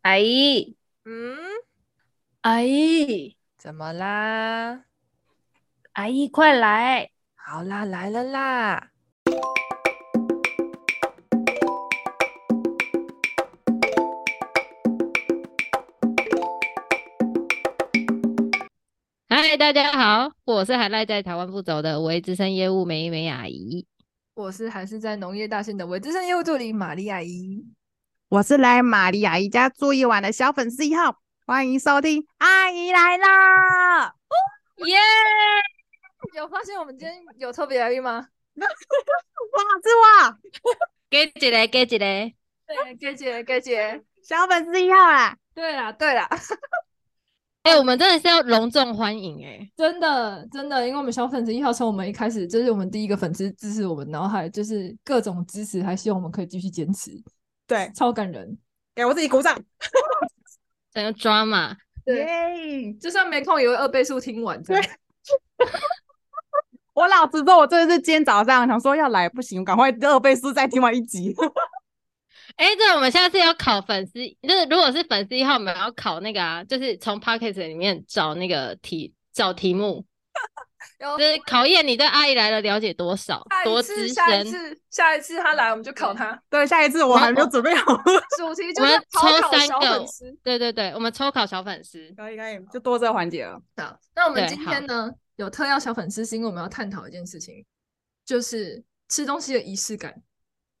阿姨，嗯，阿姨，怎么啦？阿姨，快来！好啦，来了啦！嗨，大家好，我是还赖在台湾不走的为资深业务美美阿姨。我是还是在农业大县的维资深业务助理玛丽阿姨。我是来玛丽阿姨家住一晚的小粉丝一号，欢迎收听《阿姨来啦》。耶、有发现我们今天有特别来宾 吗？哇，是我给几嘞？给几嘞？对，给姐，给姐。小粉丝一号啊啦。对啦，对啦， 哎、我们真的是要隆重欢迎哎、真的，真的，因为我们小粉丝一号从我们一开始就是我们第一个粉丝支持我们，然后还就是各种支持，还希望我们可以继续坚持，对，超感人。给我自己鼓掌。整个 drama。对耶！就算没空也会二倍速听完。真的我老实说，我真的是今天早上想说要来，不行，赶快二倍速再听完一 集。哎、这我们下次要考粉丝，就是如果是粉丝一号，我们要考那个啊，就是从 p o c k e t 里面找那个题，找题目，有就是考验你对阿姨来了了解多少，下一多资次，下一深。次，下一次他来我们就考他。对，下一次我还没有准备 好。 主题就我是们考抽考三小个哦粉丝。对对对，我们抽考小粉丝。可以可以，就多这个环节了。好，那我们对今好天呢有特邀小粉丝，是因为我们要探讨一件事情，就是吃东西的仪式感。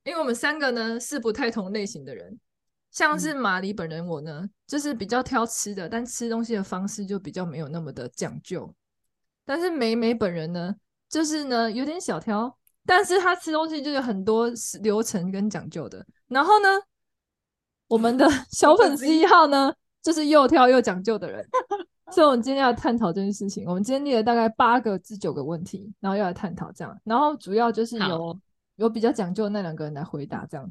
因为我们三个呢是不太同类型的人，像嗯是马里本人我呢，就是比较挑吃的，但吃东西的方式就比较没有那么的讲究。但是美美本人呢，就是呢有点小挑，但是她吃东西就是很多是流程跟讲究的。然后呢，我们 的小粉丝一号呢，就是又挑又讲究的 人。所以，我们今天要探讨这件事情。我们今天列了大概八个至九个问题，然后要来探讨这样。然后主要就是好由有比较讲究的那两个人来回答这样。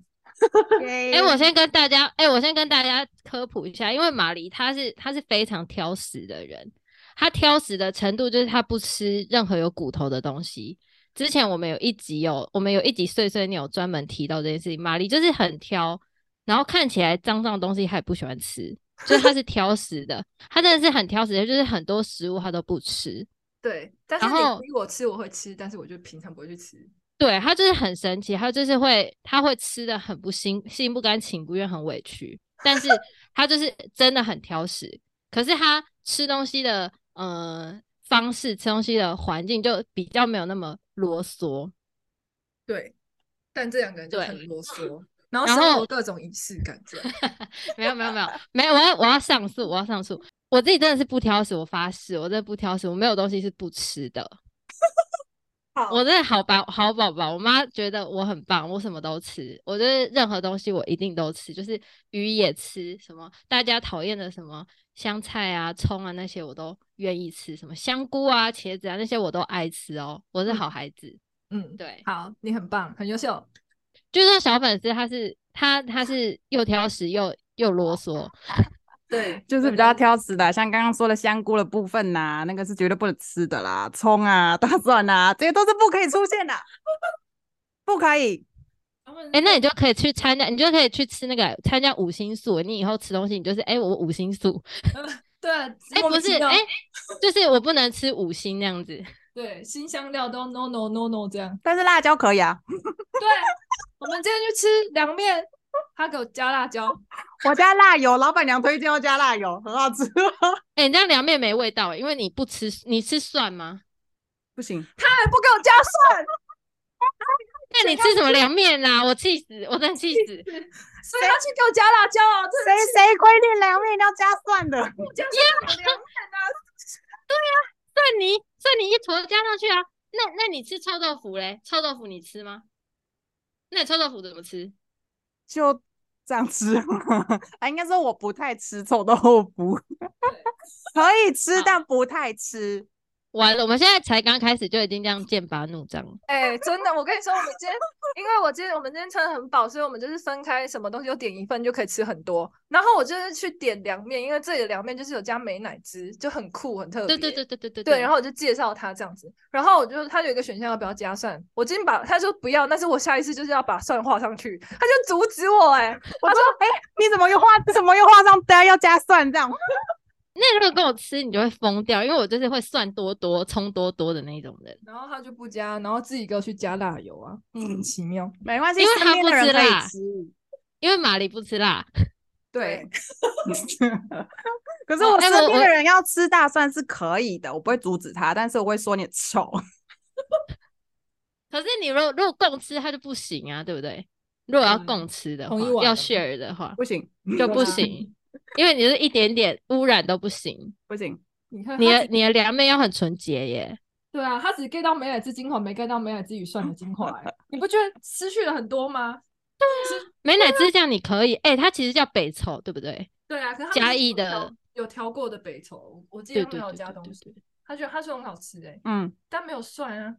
哎、我先跟大家，哎、我先跟大家科普一下，因为马黎他是他是非常挑食的人，他挑食的程度就是他不吃任何有骨头的东西。之前我们有一集有，我们有一集碎碎念有专门提到这件事情，马黎就是很挑，然后看起来脏脏的东西他也不喜欢吃，就是他是挑食的，他真的是很挑食的，就是很多食物他都不吃。对，但然后逼我吃我会吃，但是我就平常不会去吃。对他就是很神奇，他就是会他会吃的很不心心不甘情不愿，很委屈，但是他就是真的很挑食。可是他吃东西的呃方式、吃东西的环境就比较没有那么啰嗦。对，但这两个人就对很啰嗦， 然后然生后活各种仪式感这 样。没有没有没有没有，我要我要上诉，我要上诉。我自己真的是不挑食，我发誓，我真的不挑食，我没有东西是不吃的。好我真的好宝好宝宝，我妈觉得我很棒，我什么都吃，我就是任何东西我一定都吃，就是鱼也吃，什么大家讨厌的什么香菜啊、葱啊那些我都愿意吃，什么香菇啊、茄子啊那些我都爱吃哦，我是好孩子。嗯，对，好，你很棒，很优秀。就是说小粉丝他是他他是又挑食又又啰嗦，对， 就是比较挑食的，像刚刚说的香菇的部分呐、那个是绝对不能吃的啦，葱啊、大蒜啊，这些都是不可以出现的，不可以。哎、那你就可以去参加，你就可以去吃那个参加五星素。你以后吃东西，你就是哎、我五星素，对，啊哎、我不们是提到哎、就是我不能吃五星那样子。对，新香料都 no no no no 这样。但是辣椒可以啊，对，我们今天去吃凉面，他给我加辣椒。我加辣油，老板娘推荐要加辣油，很好吃。哎、你这样凉面没味道、欸因为你不吃，你吃蒜吗？不行，还不给我加蒜，那你吃什么凉面啦？我气死，我真的气死！所以他去给我加辣椒啊！这谁谁规定凉面一定要加蒜的？加蒜凉面啊！蒜泥，蒜泥一坨加上去啊。那那你吃臭豆腐嘞？臭豆腐你吃吗？那你臭豆腐怎么吃？就这样吃 啊？应该说 我不太吃臭豆腐，可以吃好但不太吃。完了，我们现在才刚开始就已经这样剑拔弩张了。 哎、真的，我跟你说，我们今天，因为我今天我们今天穿的很饱，所以我们就是分开什么东西都点一份就可以吃很多。然后我就是去点凉面，因为这里的凉面就是有加美乃滋，就很酷很特别。对对对对对对对，然后我就介绍他这样子，然后我就他有一个选项要不要加蒜，我今天把他说不要，但是我下一次就是要把蒜画上去，他就阻止我哎、我说，哎、你怎么又画，你怎么又画上呆，要加蒜这样？那如果跟我吃，你就会疯掉，因为我就是会蒜多多、葱多多的那种人。 然后他就不加，然后自己给我去加辣油啊，莫名其妙。没关系，因为身他边不的人吃可以辣吃。 因为马里不吃辣，对，可是我哎身我我边的人要吃大蒜是可以的，我不会阻止他，但是我会说你丑。可是你如果如果共吃，他就不行啊，对不对？如果要嗯共吃的话，同一碗要了 share 的话 不行，就对不啊行，因为你就是一点点污染都不行。不行，你看你他的只你的凉面要很纯洁耶，对啊，他只 get 到美乃滋精华，没 get 到美乃滋与蒜的精华、 欸，你不觉得失去了很多吗？美乃滋酱你可以，哎、它其实叫北丑，对不对？对啊，可是他嘉们是义有调的有调过的北投，我记对得他对们有对对加对东西对，。他觉得他说很好吃哎、嗯，但没有蒜 啊。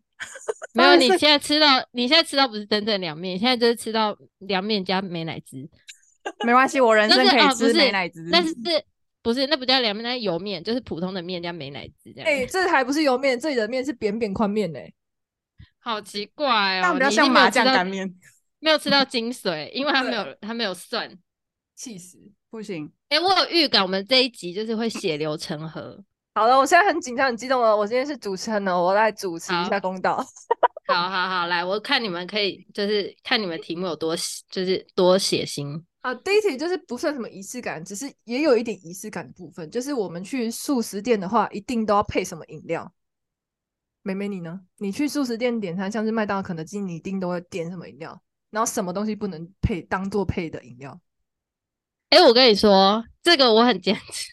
没有，但你是现在吃到你现在吃到不是真正凉面，现在就是吃到凉面加美乃滋， 没关系，我人生但是可哦以不吃是美乃滋。但是是不是那不叫凉面，那是油面，就是普通的面加美乃滋这样。哎、这还不是油面，这里的面是扁扁宽面哎、好奇怪那哦，比你较一像定没有麻吃酱到干面，没有吃到精髓，因为它没对有它没有蒜。气死！不行。哎、我有预感，我们这一集就是会血流成河。好了，我现在很紧张、很激动了。我今天是主持人了，我来主持一好下公道。 好好好，来，我看你们可以，就是看你们题目有多血，就是多血腥。 好，第一题就是不算什么仪式感，只是也有一点仪式感的部分，就是我们去素食店的话，一定都要配什么饮料。妹妹你呢？你去素食店点餐，像是麦当劳、肯德基，你一定都会点什么饮料？然后什么东西不能配当做配的饮料？哎、我跟你说，这个我很坚持。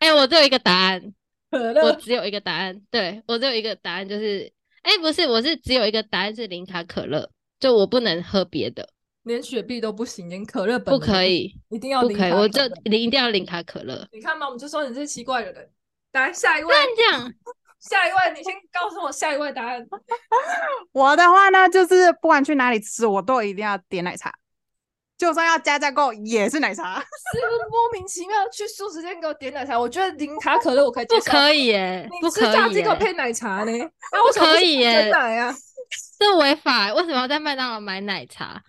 哎、我只有一个答案，可我只有一个答案，对我只有一个答案，就是，哎、不是，我是只有一个答案是零卡可乐，就我不能喝别的，连雪碧都不行，连可乐本不人都可行，以，一定要不零可以，卡我可就乐零一定要零卡可乐。你看嘛，我们就说你是奇怪的人。来，下一位，但这样，下一位，你先告诉我下一位答案。我的话呢，就是不管去哪里吃，我都一定要点奶茶，就算要加价购也是奶茶。 是不是莫名其妙去素食店给我点奶茶？我觉得零卡可乐我可以接不受，可以耶、你不吃可炸以鸡耶、给我配奶茶呢？啊那为什么可是以真耶奶啊？ 这违法，为什么要在麦当劳买奶茶？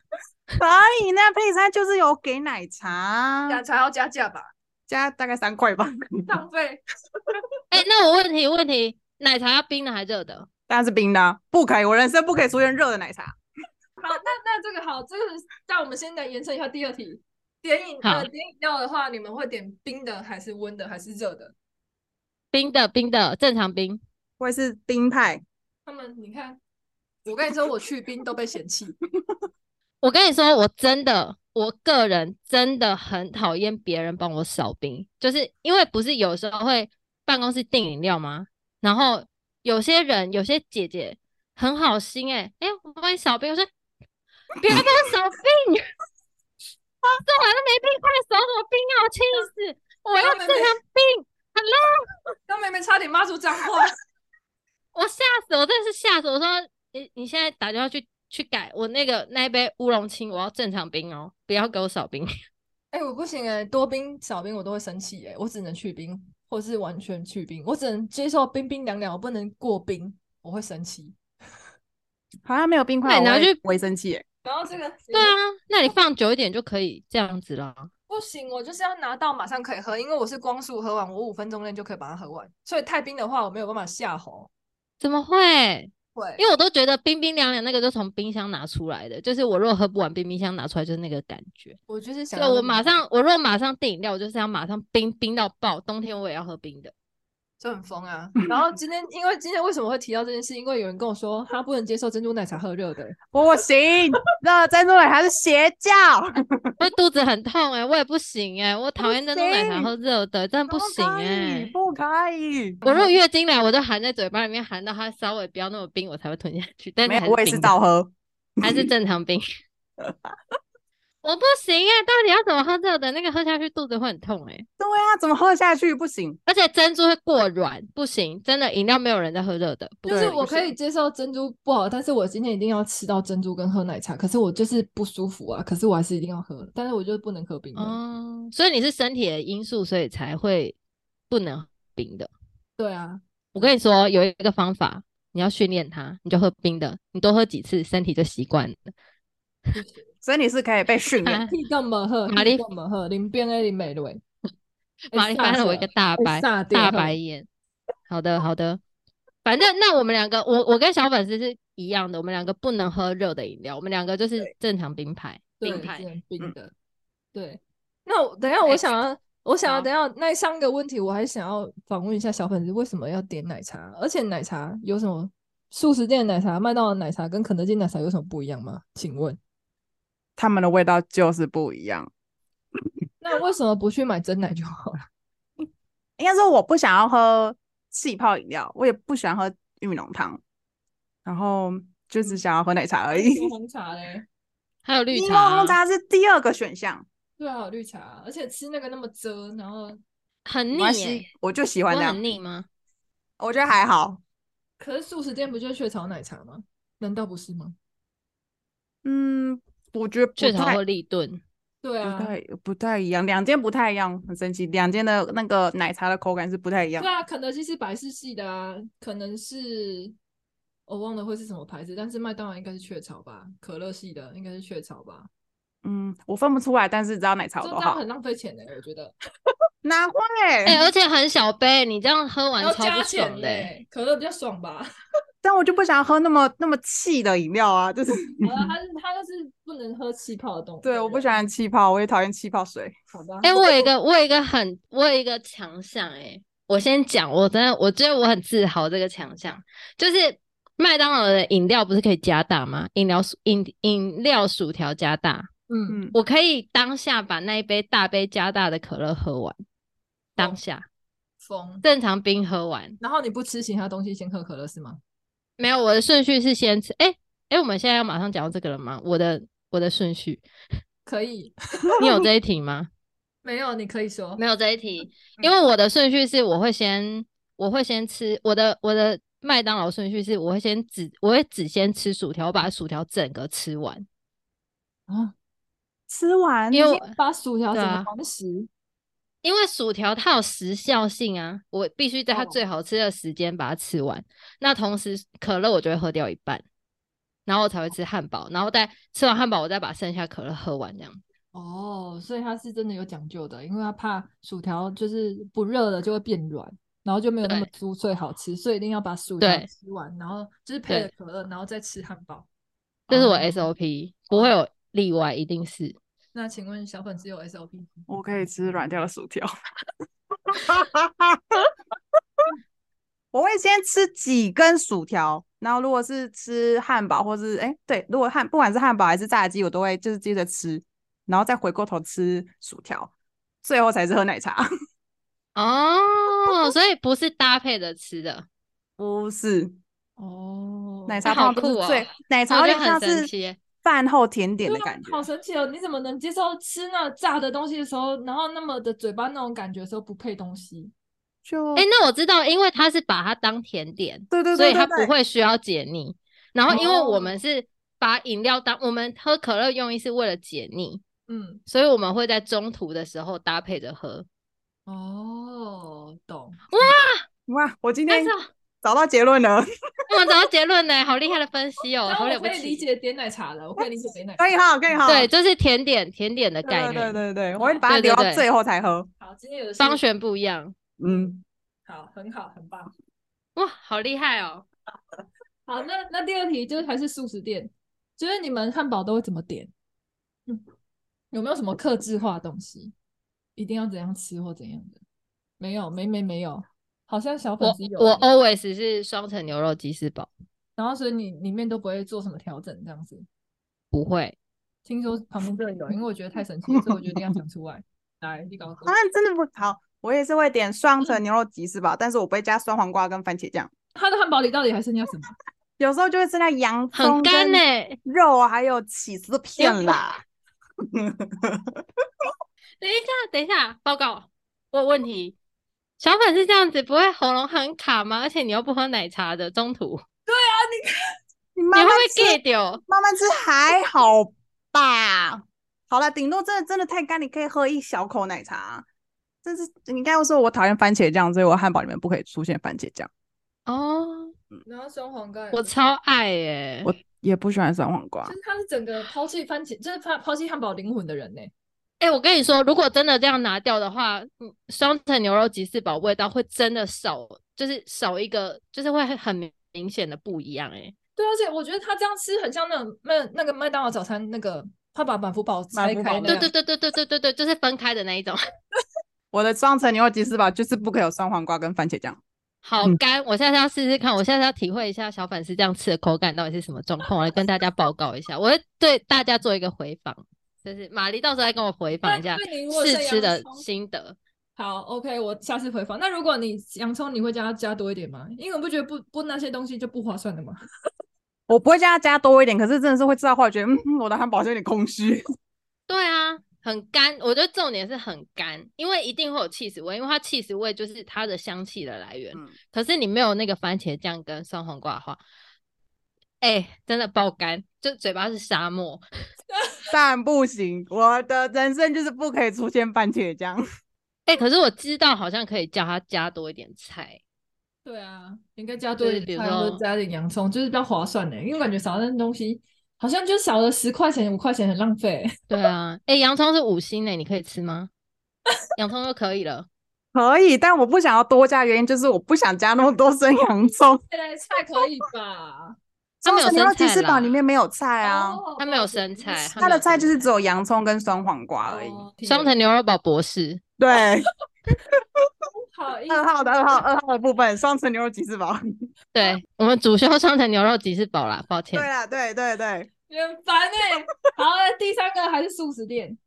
可以，那配餐就是有给奶茶，奶茶要加价吧？加大概三块吧，嗯 浪费。哎、那我问题问题，奶茶要冰的还是热的？当然是冰的啊，不可以，我人生不可以出现热的奶茶。好，那那这个好，这个那我们先来延伸一下第二题。点饮呃好点饮料的话，你们会点冰的还是温的还是热的？冰的，冰的，正常冰。我也是冰派，他们你看，我跟你说，我去冰都被嫌弃。 我跟你说，我真的，我个人真的很讨厌别人帮我扫冰，就是因为不是有时候会办公室订饮料吗？然后有些人，有些姐姐很好心、欸，哎、我帮你扫冰，我说别帮我扫冰， 做完了没冰块扫什么冰啊？我气死！我要正常冰，Hello。让妹妹差点骂出脏话。我吓死，我真的是吓死！我说你你现在打电话去去改我那个那一杯乌龙青，我要正常冰哦，不要给我少冰。哎、我不行哎、多冰少冰我都会生气哎、我只能去冰，或是完全去冰，我只能接受冰冰凉凉，我不能过冰，我会生气。好像没有冰块，对我然后会就我会生气耶。然后这个对啊， 那你放久一点就可以这样子啦。不行，我就是要拿到马上可以喝，因为我是光速喝完，我五分钟内就可以把它喝完，所以太冰的话我没有办法下喉。怎么会？会，因为我都觉得冰冰凉凉那个就从冰箱拿出来的，就是我如果喝不完，冰冰箱拿出来就是那个感觉。我就是想对，要那我个马冰上我如果马上订饮料，我就是要马上冰冰到爆，冬天我也要喝冰的。就很疯 啊。然后今天，因为今天为什么会提到这件事？因为有人跟我说他不能接受珍珠奶茶喝热的、不行，热珍珠奶茶是邪教。会肚子很痛哎、我也不行哎、我讨厌珍珠奶茶行喝热的，真的 不行可以哎、不可以。我如果月经来，我就含在嘴巴里面，含到它稍微不要那么冰，我才会吞下去。但是没还有，我也是冰的 照喝。还是正常冰。我不行哎、到底要怎么喝这个的？那个喝下去肚子会很痛哎、对啊，怎么喝下去不行？而且珍珠会过软，不行，真的饮料没有人在喝热的，不就对是不我可以行接受珍珠不好，但是我今天一定要吃到珍珠跟喝奶茶，可是我就是不舒服啊，可是我还是一定要喝，但是我就是不能喝冰的。哦，所以你是身体的因素，所以才会不能喝冰的。对啊，我跟你说，有一个方法，你要训练它，你就喝冰的，你多喝几次，身体就习惯了。所以你是可以被训练啊 的。你干嘛喝？玛你丽干嘛喝？林边的林美 哎瑞，玛丽翻了我一个大白大大白眼。好的，好的，反正那我们两个，我我跟小粉丝是一样的，我们两个不能喝热的饮料，我们两个就是正常冰牌，对冰牌。是冰嗯的。对，那我等一下我哎想要，我想要好等一下那三个问题，我还想要访问一下小粉丝为什么要点奶茶，而且奶茶有什么？素食店的奶茶、麦当劳奶茶跟肯德基奶茶有什么不一样吗？请问，他们的味道就是不一样。 那为什么不去买真奶就好了？ 应该说我不想要喝气泡饮料，我也不喜欢喝玉米浓汤，然后就嗯只想要喝奶茶而已。红茶嘞，还有 绿柠茶檬红啊，茶是第二个选项，对啊，有绿茶啊，而且吃那个那么遮，然后很没腻、关欸系，，我就喜我欢这样很。腻吗？我觉得还好，可是素食店不就是雀巢奶茶吗？难道不是吗？嗯，我觉得雀不巢太或立顿，对不啊，太不太一样，两间不太一样，很神奇。两间的那个奶茶的口感是不太一样对。啊，肯德基是百事系的啊，可能是我忘了会是什么牌子，但是麦当劳应该是雀巢吧，可乐系的应该是雀巢吧，嗯，我分不出来，但是只要奶茶我这都当然好很。浪费钱的、我觉 得哪会？哎、而且很小杯，你这样喝完要超加不钱爽呢、的、欸。可乐比较爽 吧？但我就不想喝那么那么气的饮料啊，就是好了，它是它就是不能喝气泡的东西，对，我不喜，欢气泡，我也讨厌气泡水。好吧？哎、我有一个，我有一个很，我有一个强项，哎，我先讲，我真的，我觉得我很自豪这个强项，就是麦当劳的饮料不是可以加大吗？饮料薯饮饮料薯条加大，嗯，嗯，我可以当下把那一杯大杯加大的可乐喝完，当哦下疯。正常冰喝完，然后你不吃其他东西，先喝可乐是吗？没有我的顺序是先吃，哎、哎、我们现在要马上讲到这个了吗？我的我的顺序，可以，你有这一题吗？没有，你可以说。 没有这一题，因为我的顺序是我会先我会先吃我的我的麦当劳顺序是我会先只我会只先吃薯条，我把薯条整个吃完，啊，吃完因为你我把薯条对整个啊完食，因为薯条它有时效性啊，我必须在它哦最好吃的时间把它吃完。那同时可乐我就会喝掉一半，然后我才会吃汉堡，然后再吃完汉堡我再把剩下可乐喝完这样。哦，所以它是真的有讲究的，因为它怕薯条就是不热了就会变软，然后就没有那么酥脆好吃，所以一定要把薯条对吃完，然后就是配了对可乐，然后再吃汉堡。这是我哦 SOP，、不会有例外，一定是。那请问小粉丝有 SOP 吗？我可以吃软掉的薯条。 我会先吃几根薯条，然后如果是吃汉堡或是哎、对，如果汉不管是汉堡还是炸鸡，我都会就是接着吃，然后再回过头吃薯条，最后才是喝奶茶。 哦，所以不是搭配着吃的，不是哦，奶茶好泡都酷是哦最、奶茶我有觉点得很像神是奇耶。饭后甜点的对啊感觉。好神奇哦！你怎么能接受吃那炸的东西的时候，然后那么的嘴巴那种感觉的时候不配东西？就哎、那我知道，因为它是把它当甜点，对对所对以它对不对，会需要解腻。然后因为我哦们是把饮料当我们喝可乐用意是为了解腻，嗯，所以我们会在中途的时候搭配着喝。哦，懂。哇！我今但天是找到结论了，我们找到结论呢，好厉害的分析哦，然后好了我不可以理起。解点奶茶了，我可以理解点奶茶。可以哈，可以哈。对，就是甜点甜点的概对对念，对对，我会好把它嗯对留对到对最后才喝。好，今天有的是方选不一样。嗯，好，很好，很棒。哇，好厉害哦！好，那那第二题就是还是素食店，就是你们汉堡都会怎么点？嗯，有没有什么克制化的东西？一定要怎样吃或怎样的？没有，没没没有，好像小粉我丝有我哦欸， always 是双层牛肉鸡翅堡，然后所以你里面都不会做什么调整这样子。不会。听说旁边这 里有，因为我觉得太神奇了，所以我决定要讲出来。来，你搞啊个，真的不好。我也是会点双嗯层牛肉吉士堡，但是我不会加酸黄瓜跟番茄酱。他的汉堡里到底还剩下什么？有时候就会吃那洋葱很干欸跟啊呢、肉还有起司要片不啦。等一下，等一下，报告，我有问题。小粉是这样子，不会喉咙很卡吗？而且你又不喝奶茶的，中途 你你慢会慢不会 get 吃，掉？慢慢吃还好吧？好了，顶多真的真的太干，你可以喝一小口奶茶。但是你刚刚说我讨厌番茄酱，所以我汉堡里面不可以出现番茄酱。哦，然后双黄盖，我就超爱耶、我也不喜欢酸黄瓜，是他是整个抛弃番茄，就是抛抛弃汉堡灵魂的人呢、哎、我跟你说，如果真的这样拿掉的话，嗯，双层牛肉吉士堡味道会真的少，就是少一个，就是会很明明显的不一样、欸。对，而且我觉得他这样吃很像那种麦那个麦当劳早餐那个，他把满福堡拆满福开堡那对对样对对对对对对对，就是分开的那一种，我的双层牛肉吉士堡就是不可以有酸黄瓜跟番茄酱。好嗯干。我下次要试试看，我下次要体会一下小粉丝这样吃的口感到底是什么状况，我来跟大家报告一下，我会对大家做一个回访，就是玛丽到时候来跟我回访一下那那你如果试是吃洋的葱心得。好，OK，我下次回访。那如果你洋葱，你会加加多一点吗？因为我不觉得不不那些东西就不划算的吗？我不会叫它加多一点，可是真的是会吃到后来觉得，嗯，我的汉堡好像有点空虚。对啊，很干，我觉得重点是很干，因为一定会有气死味，因为它气死味就是它的香气的来源。嗯可是你没有那个番茄酱跟酸黄瓜的话，哎、真的爆干，就嘴巴是沙漠。但不行，我的人生就是不可以出现番茄酱。哎、可是我知道好像可以叫它加多一点菜，对啊，应该加多就是一比点如菜，或者说加点洋葱，就是比较划算的。因为我感觉少那东西，好像就少了十块钱、五块钱，很浪 费。对啊，哎、洋葱是五星呢，你可以吃吗？洋葱就可以了。可以，但我不想要多加，原因就是我不想加那么多生洋葱。菜可以吧？它没有牛肉生吉菜士堡啦里面没有菜啊，哦它没有生菜它它没的有菜就是生只有洋葱跟酸黄瓜而已。哦双层牛肉堡博士，对，好意思，二号的二号二号的部分，双层牛肉吉士堡。对我们主修双层牛肉吉士堡啦，抱对歉。啦，对对对，很烦哎、好，那第三个还是素食店。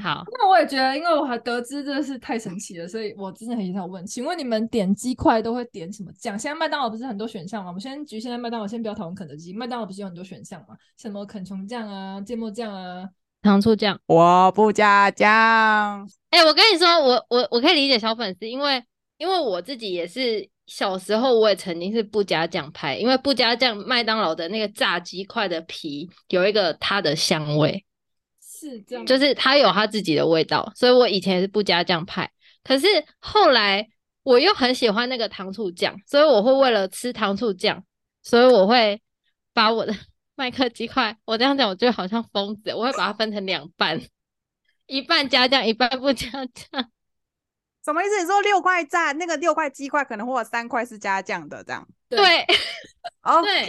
好，那我也觉得，因为我还得知这是太神奇了，所以我真的很想问，请问你们点鸡块都会点什么酱？现在麦当劳不是很多选项吗？我们先局限在麦当劳，先不要讨论肯德基。麦当劳不是有很多选项吗？什么肯琼酱啊、芥末酱啊，糖醋酱。我不加酱。哎、我跟你说，我我我可以理解小粉丝，因为因为我自己也是小时候，我也曾经是不加酱派，因为不加酱，麦当劳的那个炸鸡块的皮有一个它的香味，是这样吗。就是它有它自己的味道，所以我以前也是不加酱派。可是后来我又很喜欢那个糖醋酱，所以我会为了吃糖醋酱，所以我会把我的 麦克鸡块，我这样讲，我就好像疯子，我会把它分成两半， 一半加酱，一半不加酱。什么意思？你说六块炸那个六块鸡块，可能会有三块是加酱的，这样。对 OK，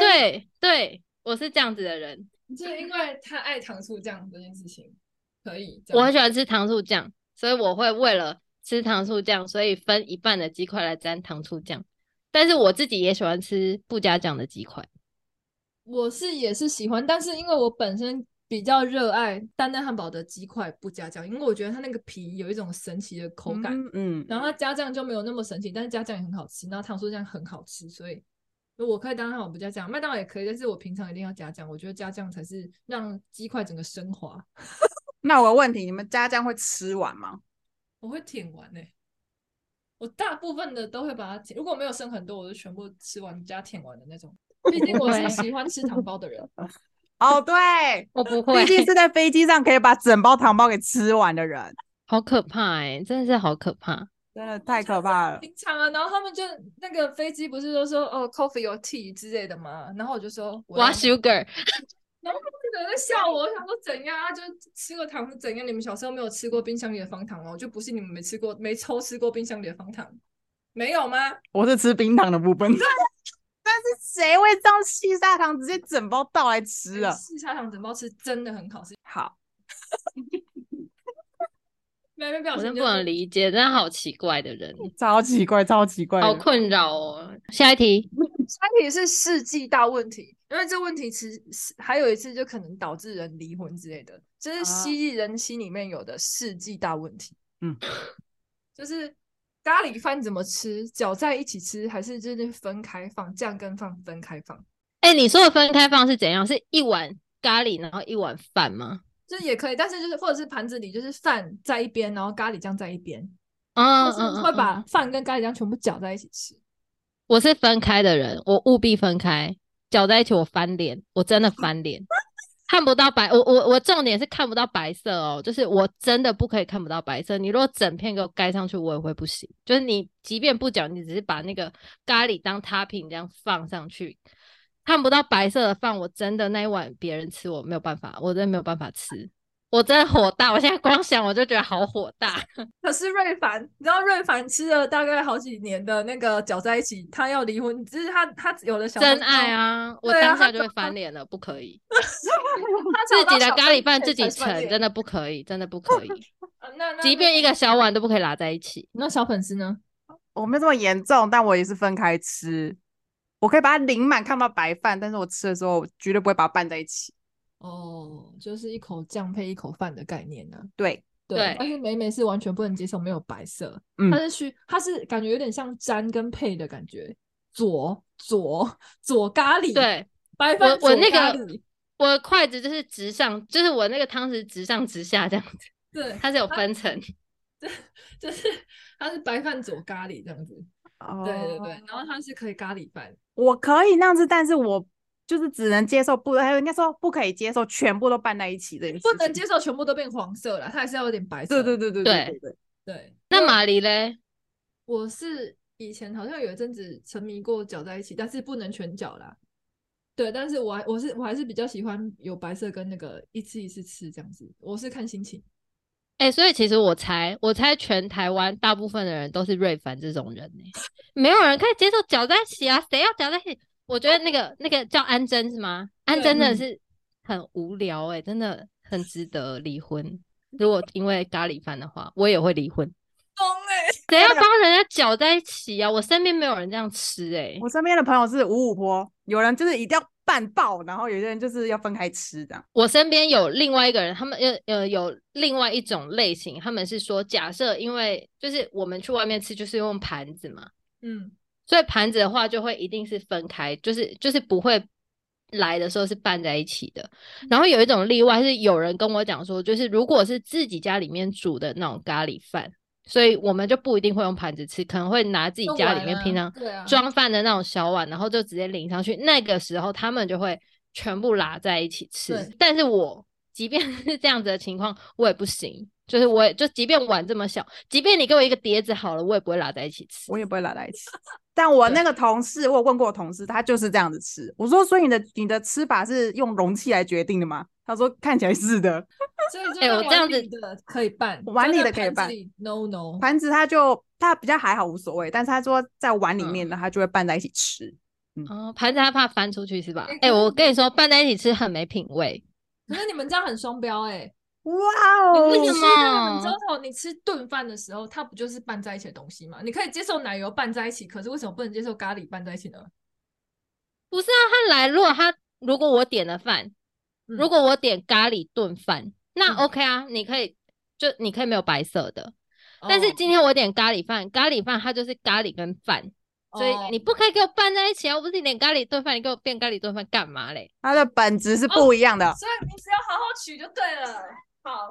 对 对，我是这样子的人，就是因为他爱糖醋酱这件事情，可以这我样。很喜欢吃糖醋酱，所以我会为了吃糖醋酱，所以分一半的鸡块来沾糖醋酱。但是我自己也喜欢吃不加酱的鸡块，我是也是喜欢，但是因为我本身比较热爱丹丹汉堡的鸡块不加酱，因为我觉得它那个皮有一种神奇的口感，嗯嗯，然后它加酱就没有那么神奇，但是加酱也很好吃，然后糖醋酱很好吃，所以我可以当汉堡不加酱，麦当劳也可以，但是我平常一定要加酱，我觉得加酱才是让鸡块整个升华。那我有问题，你们加酱会吃完吗？我会舔完呢、我大部分的都会把它舔，如果没有剩很多，我就全部吃完加舔完的那 种。毕竟我是喜欢吃糖包的人，哦，对， 我不会毕，竟是在飞机上可以把整包糖包给吃完的人，好可怕哎、真的是好可怕。真的太可怕了。平常啊，然后他们就那个飞机不是都说哦，coffee 有 tea 之类的嘛，然后我就说我我要要 sugar，然后他们就在笑我，我想说怎样啊？就吃过糖是怎样？你们小时候没有吃过冰箱里的方糖吗？我就不信你们没吃过，没偷吃过冰箱里的方糖，没有吗？我是吃冰糖的部 分，啊但是谁会这样细砂糖直接整包倒来吃啊？四砂糖整包吃真的很好吃， 好，没没表我情真就不能理解，真的好奇怪的人，超奇怪，超奇怪的。好困扰哦。下一题，下一题是世纪大问题，因为这问题其实是还有一次就可能导致人离婚之类的，这是啊蜥蜴人心里面有的世纪大问题。嗯， 就是咖喱饭怎么吃，搅在一起吃，还是就是分开放，酱跟饭分开放？哎、你说的分开放是怎样？是一碗咖喱，然后一碗饭吗？就是也可以，但是就是或者是盘子里就是饭在一边，然后咖喱酱在一边，嗯或嗯是嗯，会嗯把饭跟咖喱酱全部搅在一起吃。我是分开的人，我务必分开，搅在一起我翻脸，我真的翻脸，看不到白，我我我重点是看不到白色哦，就是我真的不可以看不到白色。你如果整片给我盖上去，我也会不行。就是你即便不搅，你只是把那个咖喱当 topping 这样放上去，看不到白色的饭，我真的那一碗别人吃我没有办法，我真的没有办法吃。我真的火大，我现在光想我就觉得好火大。可是瑞凡，你知道瑞凡吃了大概好几年的那个搅在一起，他要离婚，只是他他有了小真三之后爱，啊！我对啊当他下就会懂翻脸了，不可以。他找自到己的小咖三喱饭之自己前才翻盛，脸真的不可以，真的不 可以。呃那那即便一个小碗都不可以拉在一起。那小粉丝呢？ 我没有这么严重，但我也是分开吃。我可以把它淋满，看不到白饭，但是我吃的时候我绝对不会把它拌在一起。哦，就是一口酱配一口饭的概念呢、啊对，对但是美美是完全不能接受没有白色，嗯它是需，它是感觉有点像沾跟配的感觉，佐佐佐咖喱，，对白我饭，我佐那咖个喱我的筷子就是直上，就是我那个汤匙直上直下这样子，对，它是有分啊层。就是 它是白饭佐咖喱这样子，哦对对对，然后它是可以咖喱饭，我可以那样子，但是我就是只能接受不，还有应该说不可以接受全部都拌在一起这件事不能情接受全部都变黄色了，它还是要有点白色，对对对对对对对，对。那马黎嘞？我是以前好像有一阵子沉迷过搅在一起，但是不能全搅啦。对，但是我还我是我还是比较喜欢有白色跟那个一次一次吃这样子，我是看心情。哎、所以其实我猜，我猜全台湾大部分的人都是瑞凡这种人呢、没有人可以接受搅在一起啊，谁要搅在一起？我觉得那个那个叫安贞是吗？安对贞真的嗯是很无聊哎、真的很值得离婚。如果因为咖喱饭的话，我也会离婚。懂哎、谁要帮人家搅在一起啊？我身边没有人这样吃哎、我身边的朋友是五五坡，有人就是一定要拌爆，然后有些人就是要分开吃这样。我身边有另外一个人，他们呃呃有另外一种类型，他们是说，假设因为就是我们去外面吃就是用盘子嘛，嗯，所以盘子的话就会一定是分开，就是就是不会来的时候是拌在一起的。然后有一种例外是有人跟我讲说，就是如果是自己家里面煮的那种咖喱饭，所以我们就不一定会用盘子吃，可能会拿自己用家完里面啊平常对啊装饭的那种小碗，然后就直接淋上去。那个时候他们就会全部拉在一起吃对。但是我即便 是这样子的情况，我也不行。就是我也就即便碗这么小，即便你给我一个碟子好了，我也不会拉在一起吃我。也不会拉在一起。 但我对那个同事，我有问过我同事，他就是这样子吃。我说，所以你的你的吃法是用容器来决定的吗？他说看起来是的，所以就哎那我这碗样里子的可以拌，碗就里那的可以盘子拌里，no no，盘子他就他比较还好无所谓，但是他说在碗里面呢，他就会拌在一起吃。哦，盘子他怕翻出去是吧哎？哎、可我是跟你说，拌在一起吃很没品味。可是你们这样很双标哎、欸，哇你不哦 为吃什的么很周头，你吃炖饭的时候，它不就是拌在一起的东西吗？你可以接受奶油拌在一起，可是为什么不能接受咖喱拌在一起呢？不是啊，他来，如果他如果我点了饭，嗯如果我点咖喱炖饭，那嗯 OK 啊，你可以就你可以没有白色的。但哦是今天我点咖喱饭，咖喱饭它就是咖喱跟饭，所以哦你不可以给我拌在一起啊！我不是点咖喱炖饭，你给我变咖喱炖饭干嘛嘞？它的本质是不一样的。所以你只要好好取就对了。好，。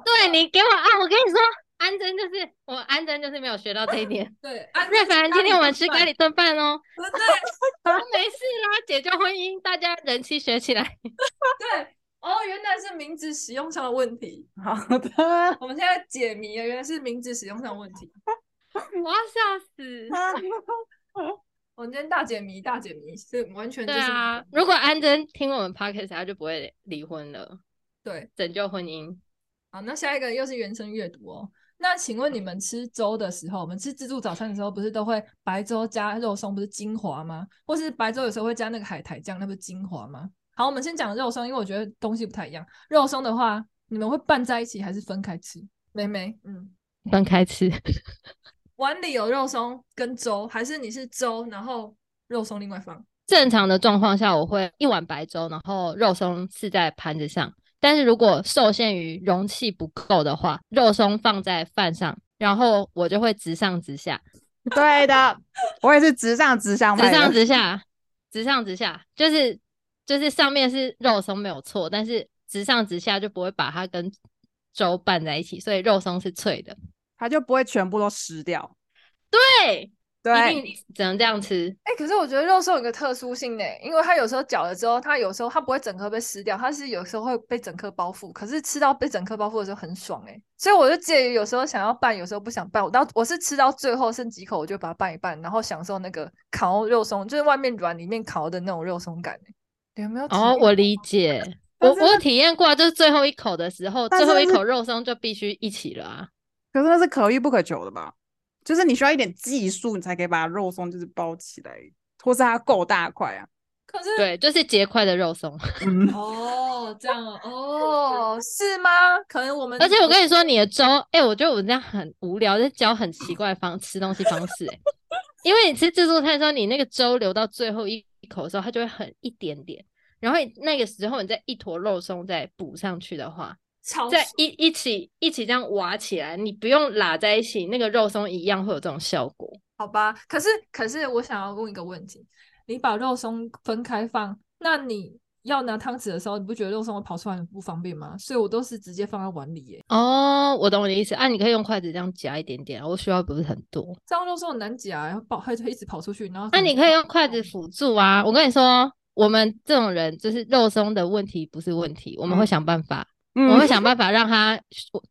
对你给我啊！我跟你说，安贞就是我安贞就是没有学到这一点对，啊， 瑞凡，今天我们吃咖喱喱炖饭哦。炖饭，没事啦，解救婚姻，大家人气学起来。对对，哦，原来是名字使用上的问题。好的， 我们现在解谜了，原来是名字使用上的问题。 我要笑死。我们今天大解谜，大解谜是完全就对是啊，如果安贞听我们 podcast，他就不会离婚了，对。拯救婚姻。好，那下一个又是原声阅读哦。那请问你们吃粥的时候，我们吃自助早餐的时候，不是都会白粥加肉松，不是精华吗？或是白粥有时候会加那个海苔酱，那不是精华吗？好，我们先讲肉松，因为我觉得东西不太一样。肉松的话，你们会拌在一起还是分开吃？妹妹，嗯，分开吃， 碗里有肉松跟粥，还是你是粥，然后肉松另外放？正常的状况下，我会一碗白粥，然后肉松是在盘子上。但是如果受限于容器不够的话，肉松放在饭上，然后我就会直上直下，对的，我也是直上直下直卖上的。直下，直上直下，就是就是上面是肉松没有错，但是直上直下就不会把它跟粥拌在一起，所以肉松是脆的。它就不会全部都湿掉。对，一对，定只能这样吃。哎、可是我觉得肉松有个特殊性呢，因为它有时候搅了之后，它有时候它不会整颗被撕掉，它是有时候会被整颗包覆。可是吃到被整颗包覆的时候很爽哎，所以我就介于有时候想要拌，有时候不想拌。我到我是吃到最后剩几口，我就把它拌一拌，然后享受那个烤肉松，就是外面软里面烤的那种肉松感欸。你有没有体验过？哦，我理解。我但是我有体验过啊，就是最后一口的时候，但是最后一那是口肉松就必须一起了啊。可是那是可遇不可求的吧？就是你需要一点技术，你才可以把肉松就是包起来，或是它够大块啊。可是对，就是结块的肉松。嗯，哦，这样哦，哦，是吗？可能我们而且我跟你说，你的粥，哎、我觉得我这样很无聊，在教很奇怪的方吃东西方式、欸，因为你吃自助餐的时候，你那个粥留到最后一口的时候，它就会很一点点，然后你那个时候你再一坨肉松再补上去的话，超再一一起一起这样挖起来，你不用拉在一起，那个肉松一样会有这种效果。好吧，可是可是我想要问一个问题：你把肉松分开放，那你要拿汤匙的时候，你不觉得肉松会跑出来很不方便吗？所以我都是直接放在碗里耶，哦，我懂你的意思啊，你可以用筷子这样夹一点点啊，我需要不是很多。这样肉松很难夹，然后跑它就一直跑出去，然后那、能你就可以会用筷子爆辅助啊！我跟你说，我们这种人就是肉松的问题不是问题，我们会嗯想办法，我 嗯会想办法让它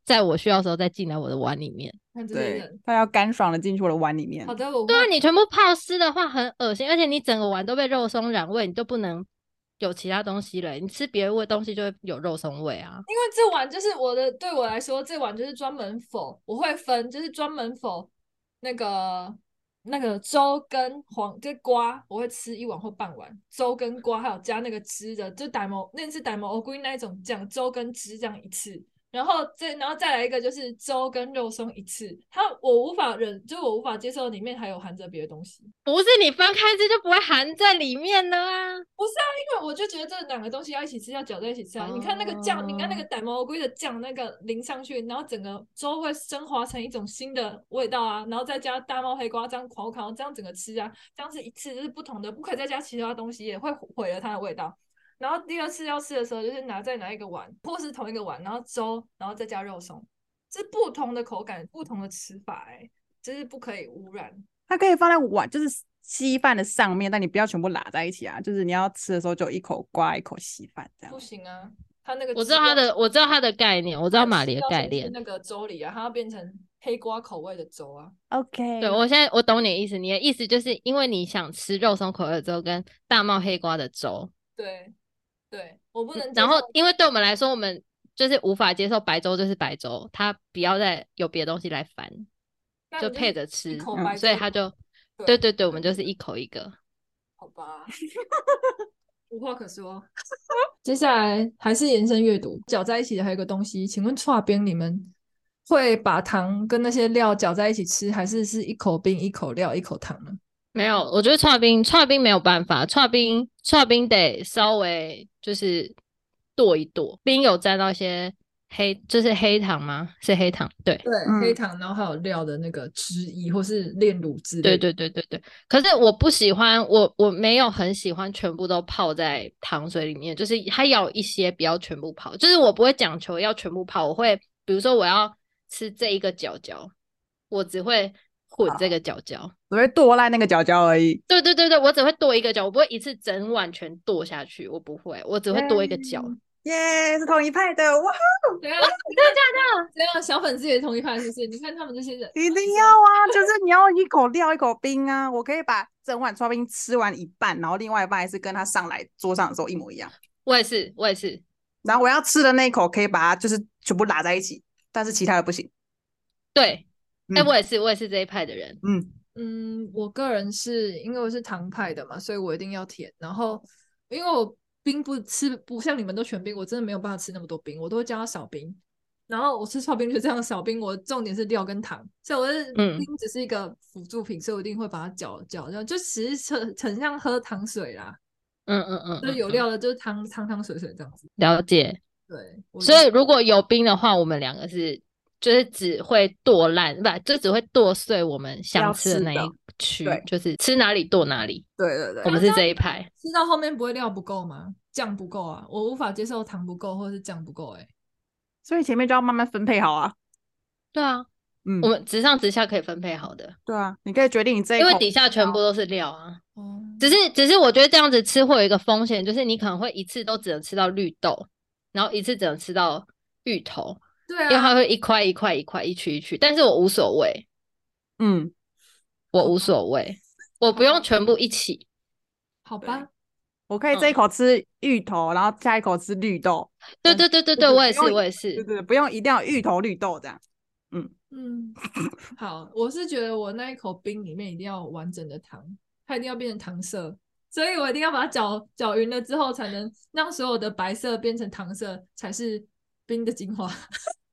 在我需要的时候再进来我的碗里面。看这些对人。，它要干爽的进去我的碗里面好。的，我对啊，会你全部泡湿的话很恶心，而且你整个碗都被肉松染味，你都不能有其他东西了。你吃别的味东西就会有肉松味啊。因为这碗就是我的，对我来说，这碗就是专门否，我会分，就是专门否那个那个粥跟黄就瓜，我会吃一碗或半碗，粥跟瓜还有加那个汁的，就打毛那是打毛欧龟那一种酱，粥跟汁这样一次，然后再然后再来一个就是粥跟肉松一次，它我无法忍，就是我无法接受里面还有含着别的东西，不是你分开吃就不会含在里面了啊。因为我就觉得这两个东西要一起吃，要搅在一起吃啊！你看那个酱，你看哦那个胆毛龟的酱，那个淋上去，然后整个粥会升华成一种新的味道啊！然后再加大猫黑瓜这样烤烤，这样整个吃啊，这样是一次就是不同的，不可以再加其他东西，也会毁了它的味道。然后第二次要吃的时候，就是拿再拿一个碗，或是同一个碗，然后粥，然后再加肉松，是不同的口感，不同的吃法、欸，哎，就是不可以污染。它可以放在碗，就是稀饭的上面，但你不要全部拉在一起啊。就是你要吃的时候就一口刮一口稀饭这样不。行啊，它那个我知汁道它要的，我知道它的概念，我知道马里的概是念。那个粥里啊，它要变成黑瓜口味的粥啊。 OK，对，我现在我懂你的意思，你的意思就是因为你想吃肉松口味的粥跟大帽黑瓜的粥，对，对我不能接受。嗯然后因为对我们来说，我们就是无法接受白粥就是白粥，它不要再有别的东西来烦，那你就配着一吃，口嗯白所以粥它就对对对对，我们就是一口一个。好 吧，无话可说。接下来还是延伸阅读，搅在一起的还有一个东西，请问串冰你们会把糖跟那些料搅在一起吃，还是是一口冰一口料一口糖呢？没有，我觉得串冰串冰没有办法，串冰串冰得稍微就是剁一剁，冰有沾到一些黑，就是黑糖吗？是黑糖，对。对，黑黑糖，然后还有料的那个汁液或是炼乳之类对对对对对，可是我不喜欢，我我没有很喜欢全部都泡在糖水里面，就是它要有一些，不要全部泡。就是我不会讲求要全部泡，我会比如说我要吃这一个角角，我只会混这个角角。只会剁烂那个角角而已。对对对对，我只会剁一个角，我不会一次整碗全剁下去，我不会，我只会剁一个角。耶、是同一派的哇！ 对啊，这样这样，小粉丝也同一派，是不是？你看他们这些人一定要啊，就是你要一口料一口冰啊。我可以把整碗刨冰吃完一半，然后另外一半还是跟它上来桌上的时候一模一样。我也是，我也是，然后我要吃的那一口可以把它就是全部拉在一起，但是其他的不行。对，哎、嗯我也是，我也是这一派的人。嗯，嗯，我个人是因为我是糖派的嘛，所以我一定要甜。然后因为我冰不吃，不像你们都全冰，我真的没有办法吃那么多冰，我都会加少冰。然后我吃刨冰就这样少冰，我重点是料跟糖，所以我是嗯冰只是一个辅助品，所以我一定会把它搅搅，然后就其实很很像喝糖水啦，嗯嗯嗯，就嗯有嗯料的就是汤汤汤水水这样子。了解。对，我所就以如果有冰的话，我们两个是就是只会剁烂，不就只会剁碎我们想要吃的吃那一的区对，就是吃哪里剁哪里。对对对我们是这一派，吃到后面不会料不够吗？酱不够啊，我无法接受糖不够或者是酱不够、欸，哎，所以前面就要慢慢分配好啊。对啊，嗯我，们直上直下可以分配好的，对啊，你可以决定你这一因为口底下全部都是料啊。哦，只是只是我觉得这样子吃会有一个风险，就是你可能会一次都只能吃到绿豆，然后一次只能吃到芋头，对因为它啊，会一块一块一块一区一区。但是我无所谓，嗯，我无所谓，我不用全部一起。好吧，我可以这一嗯口吃芋头，然后下一口吃绿豆，对对对对对对对，对我也是不用我也对是，对，对不用一定要芋头绿豆这样。嗯，好，我是觉得我那一口冰里面一定要有完整的糖，它一定要变成糖色，所以我一定要把它搅搅匀了之后，才能让所有的白色变成糖色，才是冰的精华。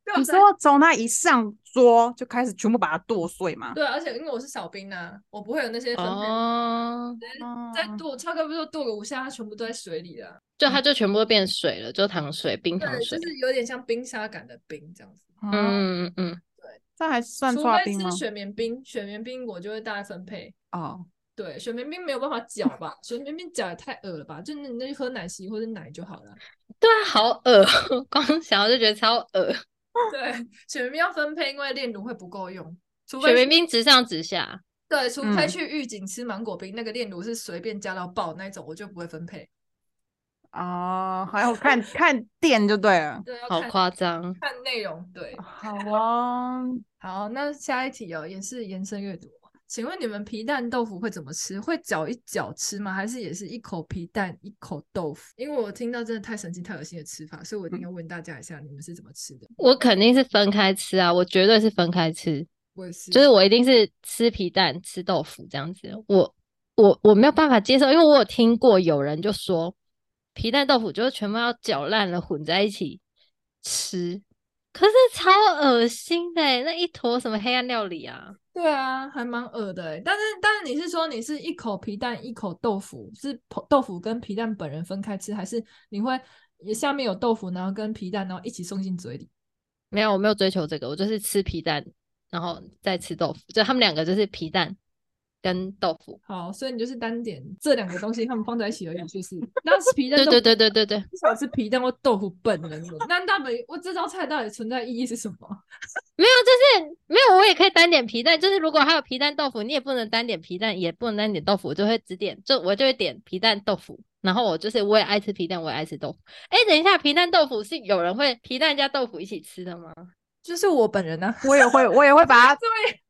对啊我你才说从它一上桌就开始全部把它剁碎吗？对，啊而且因为我是少冰啊，我不会有那些分配。哦，哦再剁，超哥不是剁个五下，它全部都在水里了。啊就它就全部都变水了，就糖水、冰糖嗯对，水就。是哦有点像冰沙感的冰这样子。嗯，嗯嗯嗯，这还算除刨非冰是吗？雪绵冰，雪绵冰我就会大概分配。哦，对，雪绵冰没有办法搅吧？雪绵冰搅也太恶了吧？就那你那就喝奶昔或者奶就好了。对啊，好恶， 光想我就觉得超恶。对，雪绵冰要分配，因为炼乳会不够用，除非雪去冰冰直上直下，对，除非嗯去预警吃芒果冰，那个炼乳是随便加到爆那种，我就不会分配。哦，还有看看店就对了。对，要好看夸张。看内容。对，好哦，好，那下一题哦，也是延伸阅读。哦请问你们皮蛋豆腐会怎么吃？会搅一搅吃吗？还是也是一口皮蛋一口豆腐？因为我听到真的太神奇、太恶心的吃法，所以我一定要问大家一下，你们是怎么吃的？嗯我肯定是分开吃啊，我绝对是分开吃，我也是，就是我一定是吃皮蛋、吃豆腐这样子。我我我没有办法接受，因为我有听过有人就说皮蛋豆腐就是全部要搅烂了混在一起吃，可是超恶心的欸、那一坨什么黑暗料理啊？对啊，还蛮恶的欸但是但是你是说你是一口皮蛋一口豆腐，是豆豆腐跟皮蛋本人分开吃，还是你会也下面有豆腐，然后跟皮蛋，然后一起送进嘴里？没有，我没有追求这个，我就是吃皮蛋，然后再吃豆腐，就他们两个就是皮蛋跟豆腐。好，所以你就是单点这两个东西，他们放在一起而已，就是 那是皮蛋对豆对腐对对对对，至少是皮蛋或豆腐本人的。 那到底我这道菜到底存在意义是什么？没有，就是没有，我也可以单点皮蛋，就是如果还有皮蛋豆腐，你也不能单点皮蛋，也不能单点豆腐，我就会只点，就我就会点皮蛋豆腐。然后我就是我也爱吃皮蛋，我也爱吃豆腐。哎，等一下，皮蛋豆腐是有人会皮蛋加豆腐一起吃的吗？就是我本人呢、啊，我也会，我也会把它，对，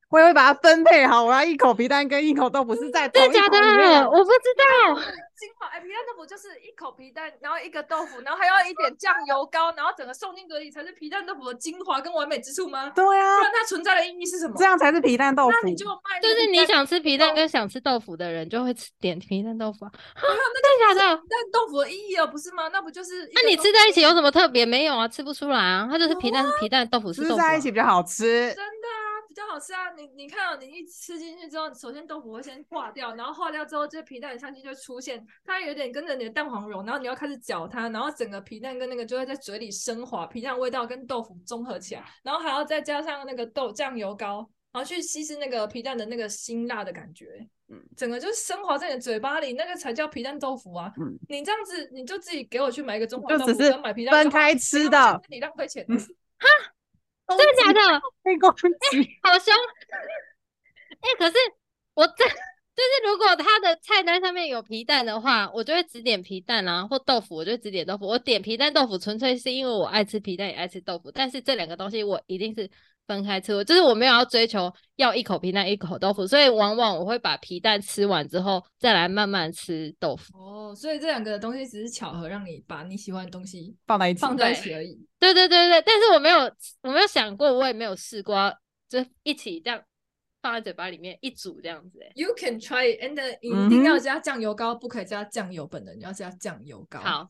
我也会把它分配好。我要一口皮蛋跟一口豆腐是在同真一的假口里面啊的？我不知道。精华哎，皮蛋豆腐就是一口皮蛋，然后一个豆腐，然后还要一点酱油膏，然后整个送进嘴里才是皮蛋豆腐的精华跟完美之处吗？对啊不，然它存在的意义是什么？这样才是皮蛋豆腐。那你就卖就那是个皮你蛋想吃皮蛋跟想吃豆腐的人，就会吃点皮蛋豆腐啊。啊真的假的？皮蛋豆腐的意义了，不是吗？那不就是一那个你豆吃腐在一起有什么特别？没有啊，吃不出来啊。它就是皮蛋是皮蛋，豆腐是哦吃豆腐、啊。在一起比较好吃。真的啊，比较好吃啊！你你看啊，你一吃进去之后，首先豆腐会先化掉，然后化掉之后，这皮蛋香气就会出现，它有点跟着你的蛋黄融，然后你要开始搅它，然后整个皮蛋跟那个就会在嘴里升华，皮蛋味道跟豆腐综合起来，然后还要再加上那个豆酱油膏，然后去稀释那个皮蛋的那个辛辣的感觉，嗯整个就是升华在你的嘴巴里，那个才叫皮蛋豆腐啊！嗯你这样子，你就自己给我去买一个中华就豆只腐是跟买皮蛋分就好开不吃要的去那里浪费钱。嗯真的假的？被攻 击，好凶！哎、可是我这 就是如果他的菜单上面有皮蛋的话，我就会只点皮蛋啊，或豆腐，我就只点豆腐。我点皮蛋豆腐纯粹是因为我爱吃皮蛋，也爱吃豆腐，但是这两个东西我一定是分开吃。我就是我没有要追求要一口皮蛋一口豆腐，所以往往我会把皮蛋吃完之后再来慢慢吃豆腐。哦，所以这两个东西只是巧合，让你把你喜欢的东西放在一起。放在一对起而已。对对对对，但是我没有我没有想过，我也没有试过要，就一起这样放在嘴巴里面一组这样子、欸。 You can try it，and then 你嗯一定要哼加酱油膏，不可以加酱油本人，你要加酱油膏。，好。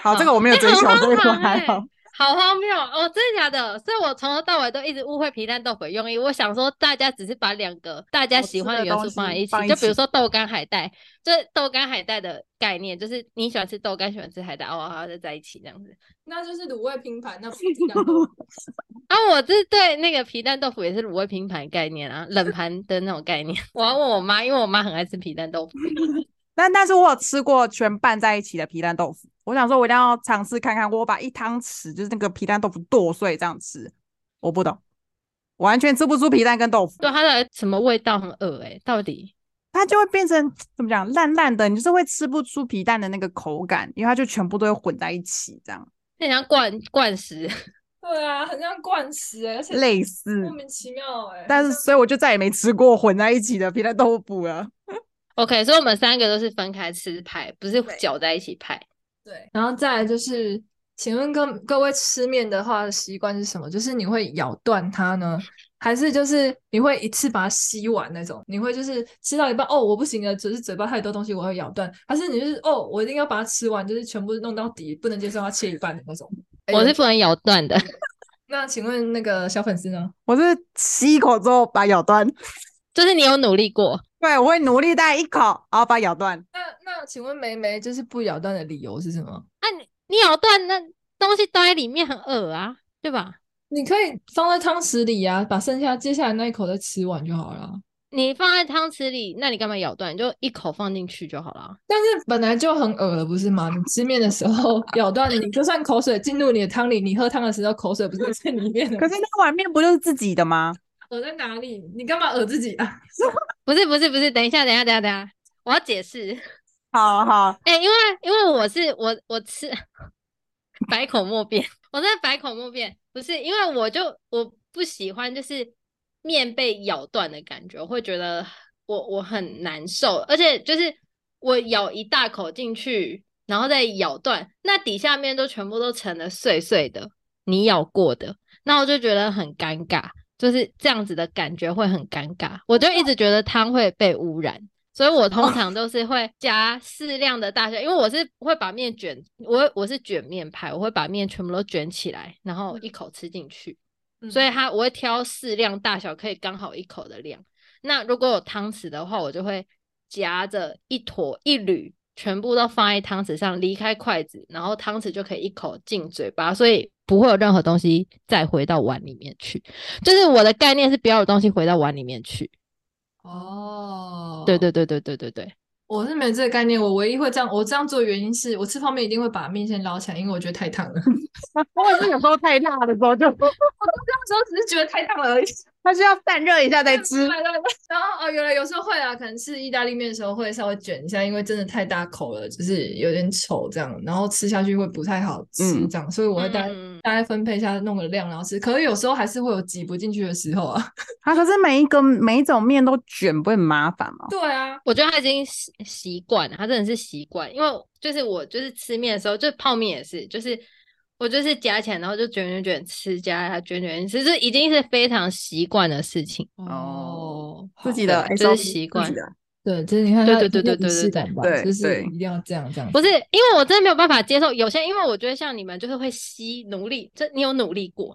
好，这个我没有哎追很求，荒这个我唐还哎好。好荒谬哦！真的假的？所以我从头到尾都一直误会皮蛋豆腐的用意。我想说，大家只是把两个大家好喜吃欢的的元东素放在西一起，放一就比如起说豆干海带，就是豆干海带的概念，就是你喜欢吃豆干，喜欢吃海带，哦，好，就在一起这样子。那就是卤味拼盘，那不是鸡蛋糕啊，我是对那个皮蛋豆腐也是卤味 拼盘概念啊，冷盘的那种概念。我要问我妈，因为我妈很爱吃皮蛋豆腐。但但是我有吃过全拌在一起的皮蛋豆腐，我想说我一定要尝试看看，我把一汤匙就是那个皮蛋豆腐剁碎这样吃，我不懂，我完全吃不出皮蛋跟豆腐，对它的什么味道很恶哎、到底它就会变成怎么讲烂烂的，你就是会吃不出皮蛋的那个口感，因为它就全部都会混在一起这样，那像灌灌食， 对啊，很像灌食哎、而且类似莫。名其妙哎、但是，所以我就再也没吃过混在一起的皮蛋豆腐了。 OK，所以我们三个都是分开吃派，不是对搅在一起派。对，然后再来就是，请问各各位吃面的话的习惯是什么？就是你会咬断它呢，还是就是你会一次把它吸完那种？你会就是吃到一半，哦，我不行了，只是嘴巴太多东西，我会咬断，还是你就是哦，我一定要把它吃完，就是全部弄到底，不能接受它切一半的那种？哎我有是不能咬断的，那请问那个小粉丝呢？我是吸一口之后把咬断，就是你有努力过，对我会努力带一口，然后把咬断。那那请问梅梅就是不咬断的理由是什么？啊你咬断那东西都在里面很恶啊，对吧？你可以放在汤匙里呀、把剩下接下来那一口再吃完就好了啊。你放在汤匙里，那你干嘛咬断？你就一口放进去就好了。啊但是本来就很恶了，不是吗？你吃面的时候 咬断，你就算口水进入你的汤里，你喝汤的时候口水不是在里面的吗？可是那碗面不就是自己的吗？恶在哪里？你干嘛恶自己啊？不是不是不是，等一下等一下等一下等一下，我要解释。好好， 哎、因为因为我是我我吃百口莫辩，我真的百口莫辩，不是因为我就我不喜欢就是面被咬断的感觉，我会觉得我我很难受，而且就是我咬一大口进去，然后再咬断，那底下面都全部都成了碎碎的，你咬过的，那我就觉得很尴尬，就是这样子的感觉会很尴尬，我就一直觉得汤会被污染。所以我通哦常都是会加适量的大小，因为我是会把面卷，我我是卷面派，我会把面全部都卷起来，然后嗯一口吃进去。所以它我会挑适量大小，可以刚好一口的量。那如果有汤匙的话，我就会夹着一坨一缕，全部都放在汤匙上，离开筷子，然后汤匙就可以一口进嘴巴，所以不会有任何东西再回到碗里面去。就是我的概念是不要有东西回到碗里面去。哦，对，对对对对对对。我是没这个概念。我唯一会这样，我这样做的原因是我吃泡面一定会把面先捞起来，因为我觉得太烫了。我也是有时候太辣的时候就，我到这样时候只是觉得太烫了而已。它需要散热一下再对 吃。对对对然后哦，原来有时候会啊，可能吃意大利面的时候会稍微卷一下，因为真的太大口了，就是有点丑这样，然后吃下去会不太好吃嗯这样，所以我会大概、嗯大概分配一下，弄个量然后吃。可是有时候还是会有挤不进去的时候啊。它、可是每一个每一种面都卷，不会很麻烦哦吗？ 对啊，我觉得他已经习习惯了，他真的是习惯，因为就是我就是吃面的时候，就泡面也是，就是我就是夹起来，然后就卷卷卷吃，夹它卷卷吃，这已经是非常习惯的事情。哦，自己好的对 SOP，这是自己习惯 的对，就是你看对它对对有对对仪式感吧，对就是对一定要这样这样。不是因为我真的没有办法接受有些，因为我觉得像你们就是会吸努力，这你有努力过，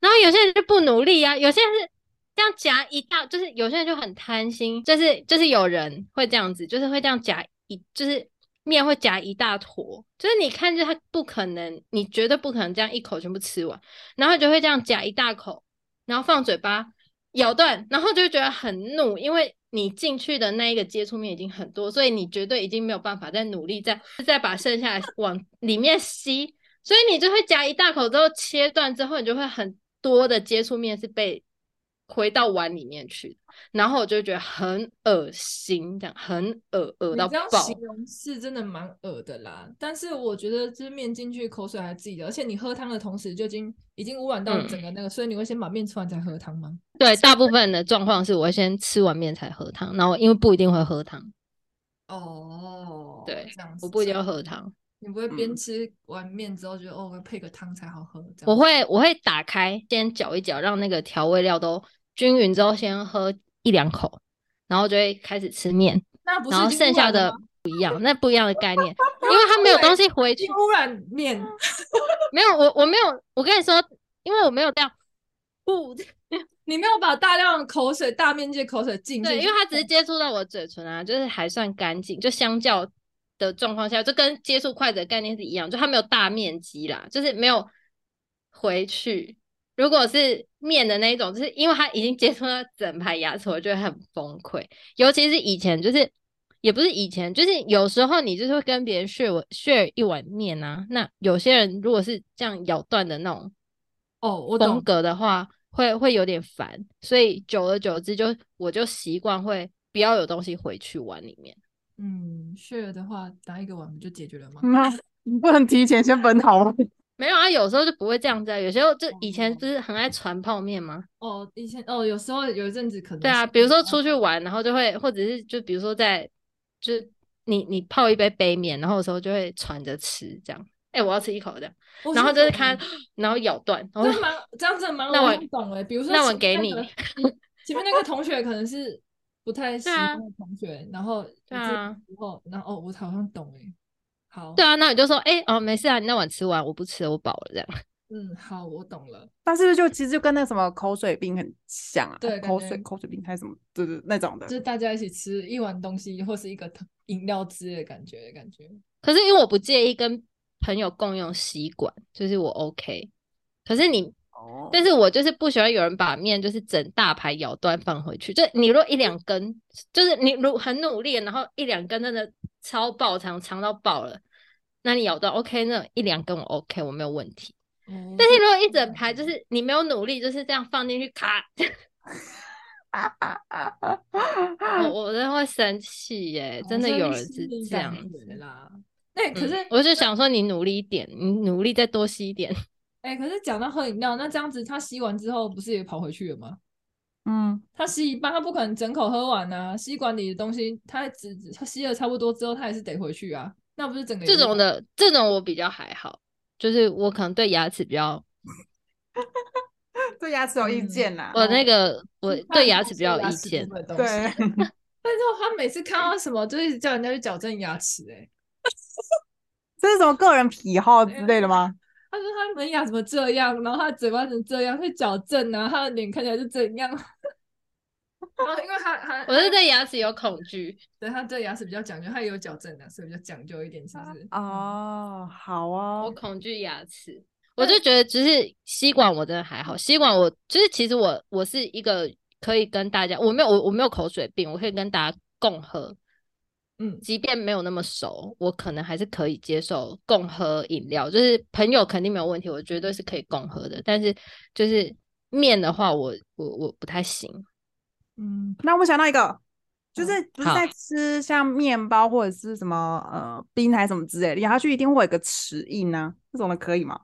然后有些人就不努力啊，有些人是这样夹一大，就是有些人就很贪心，就是就是有人会这样子，就是会这样夹一，就是面会夹一大坨，就是你看着他不可能，你绝对不可能这样一口全部吃完，然后就会这样夹一大口，然后放嘴巴咬断，然后就会觉得很怒，因为你进去的那一个接触面已经很多，所以你绝对已经没有办法再努力再再把剩下的往里面吸，所以你就会夹一大口之后切断之后，你就会很多的接触面是被回到碗里面去的，然后我就觉得很恶心，这样很恶恶你到这样爆形。容是真的蛮恶的啦，但是我觉得就是面进去口水还是自己的，而且你喝汤的同时就已经已经污染嗯到你整个那个，所以你会先把面吃完再喝汤吗？对，大部分的状况是我会先吃完面才喝汤，然后因为不一定会喝汤，哦，对这样子，我不一定这要样喝汤，你不会边嗯吃完面之后觉得哦，我要配个汤才好喝，这样我会我会打开先搅一搅，让那个调味料都均匀之后，先喝一两口，然后就会开始吃面，那不是然后已经剩污下染了的吗不一样，那不一样的 概念，因为它没有东西回去已经，污染面，没有我我没有，我跟你说，因为我没有这样，不你没有把大量的口水、大面积的口水进进对，去，哦因为它只是接触到我嘴唇啊，就是还算干净，就相较的状况下，就跟接触筷子的概念是一样，就它没有大面积啦，就是没有回去。如果是面的那一种，就是因为它已经接触到整排牙齿，我就会很崩溃。尤其是以前，就是也不是以前，就是有时候你就是会跟别人 share 我 share 一碗面啊。那有些人如果是这样咬断的那种哦，我风懂。格的话，会会有点烦，所以久而久之就我就习惯会不要有东西回去碗里面。嗯，share 的话打一个碗不就解决了吗？那嗯你不能提前先分好吗？没有啊，有时候就不会这样子啊。有时候就以前哦不是很爱传泡面吗？哦，以前哦，有时候有一阵子可能对啊，是比如说出去玩，然后就会，或者是就比如说在，就是你你泡一杯杯面，然后有时候就会喘着吃这样。哎、我要吃一口这样，我然后是就是懂看的，然后咬断，然后这蛮这样真的蛮那我我不懂哎。比如说那我前给面那你 个前面那个同学可能是不太喜啊欢的同学，然后对我这啊时候然后哦，我好像懂哎。好，对啊，那你就说，哎、哦，没事啊，你那碗吃完，我不吃了，我饱了这样。嗯，好，我懂了。但是不是就其实就跟那个什么口水病很像啊？对口感水觉口水病还是什么，对对那种的就。是大家一起吃一碗东西或是一个汤饮料之类的感觉，感觉可是因为我不介意跟朋友共用吸管，就是我 OK。可是你，哦但是我就是不喜欢有人把面就是整大排咬断放回去。就你若一两根，就是你如很努力，然后一两根真的超爆长，长到爆了，那你咬到 OK，那一两根我 OK，我没有问题。哦但是如果一整排就是你没有努力，就是这样放进去， 咔，啊我我真的会生气哦耶、真的有人是这样子。啦。那可嗯是我就想说你努力一点，你努力再多吸一点。哎、可是讲到喝饮料，那这样子他吸完之后不是也跑回去了吗？ 嗯，他吸一半，他不可能整口喝完啊。吸管里的东西，他只他吸了差不多之后，他还是得回去啊。那不是整个这饮料种的，这种我比较还好，就是我可能对牙齿比较，对牙齿有意嗯见啦。我那个个我你看对牙不齿比是较有意齿部见。分的东西对，但是他每次看到什么，就是叫人家去矫正牙齿、欸。哎， 这是什么个人癖好之类的 吗？他说他门牙怎么这样，然后他嘴巴怎么这样，会矫正啊，他的脸看起来是怎样。 然后因为他他我是对牙齿有恐惧，对他对牙齿比较讲究，他也有矫正的、所以比较讲究一点，是不是？哦，好我哦，恐惧牙齿，我就觉得只是吸管我真的还好，吸管我就是其实我我是一个可以跟大家，我没有我我没有口水病，我可以跟大家共喝，嗯，即便没有那么熟，我可能还是可以接受共喝饮料，就是朋友肯定没有问题，我绝对是可以共喝的。但是就是面的话我，我我不太行。嗯，那我想到一个，就是不是嗯好在吃像面包或者是什么呃冰还是什么之类的，咬下去一定会有一个齿印啊，这种的可以吗？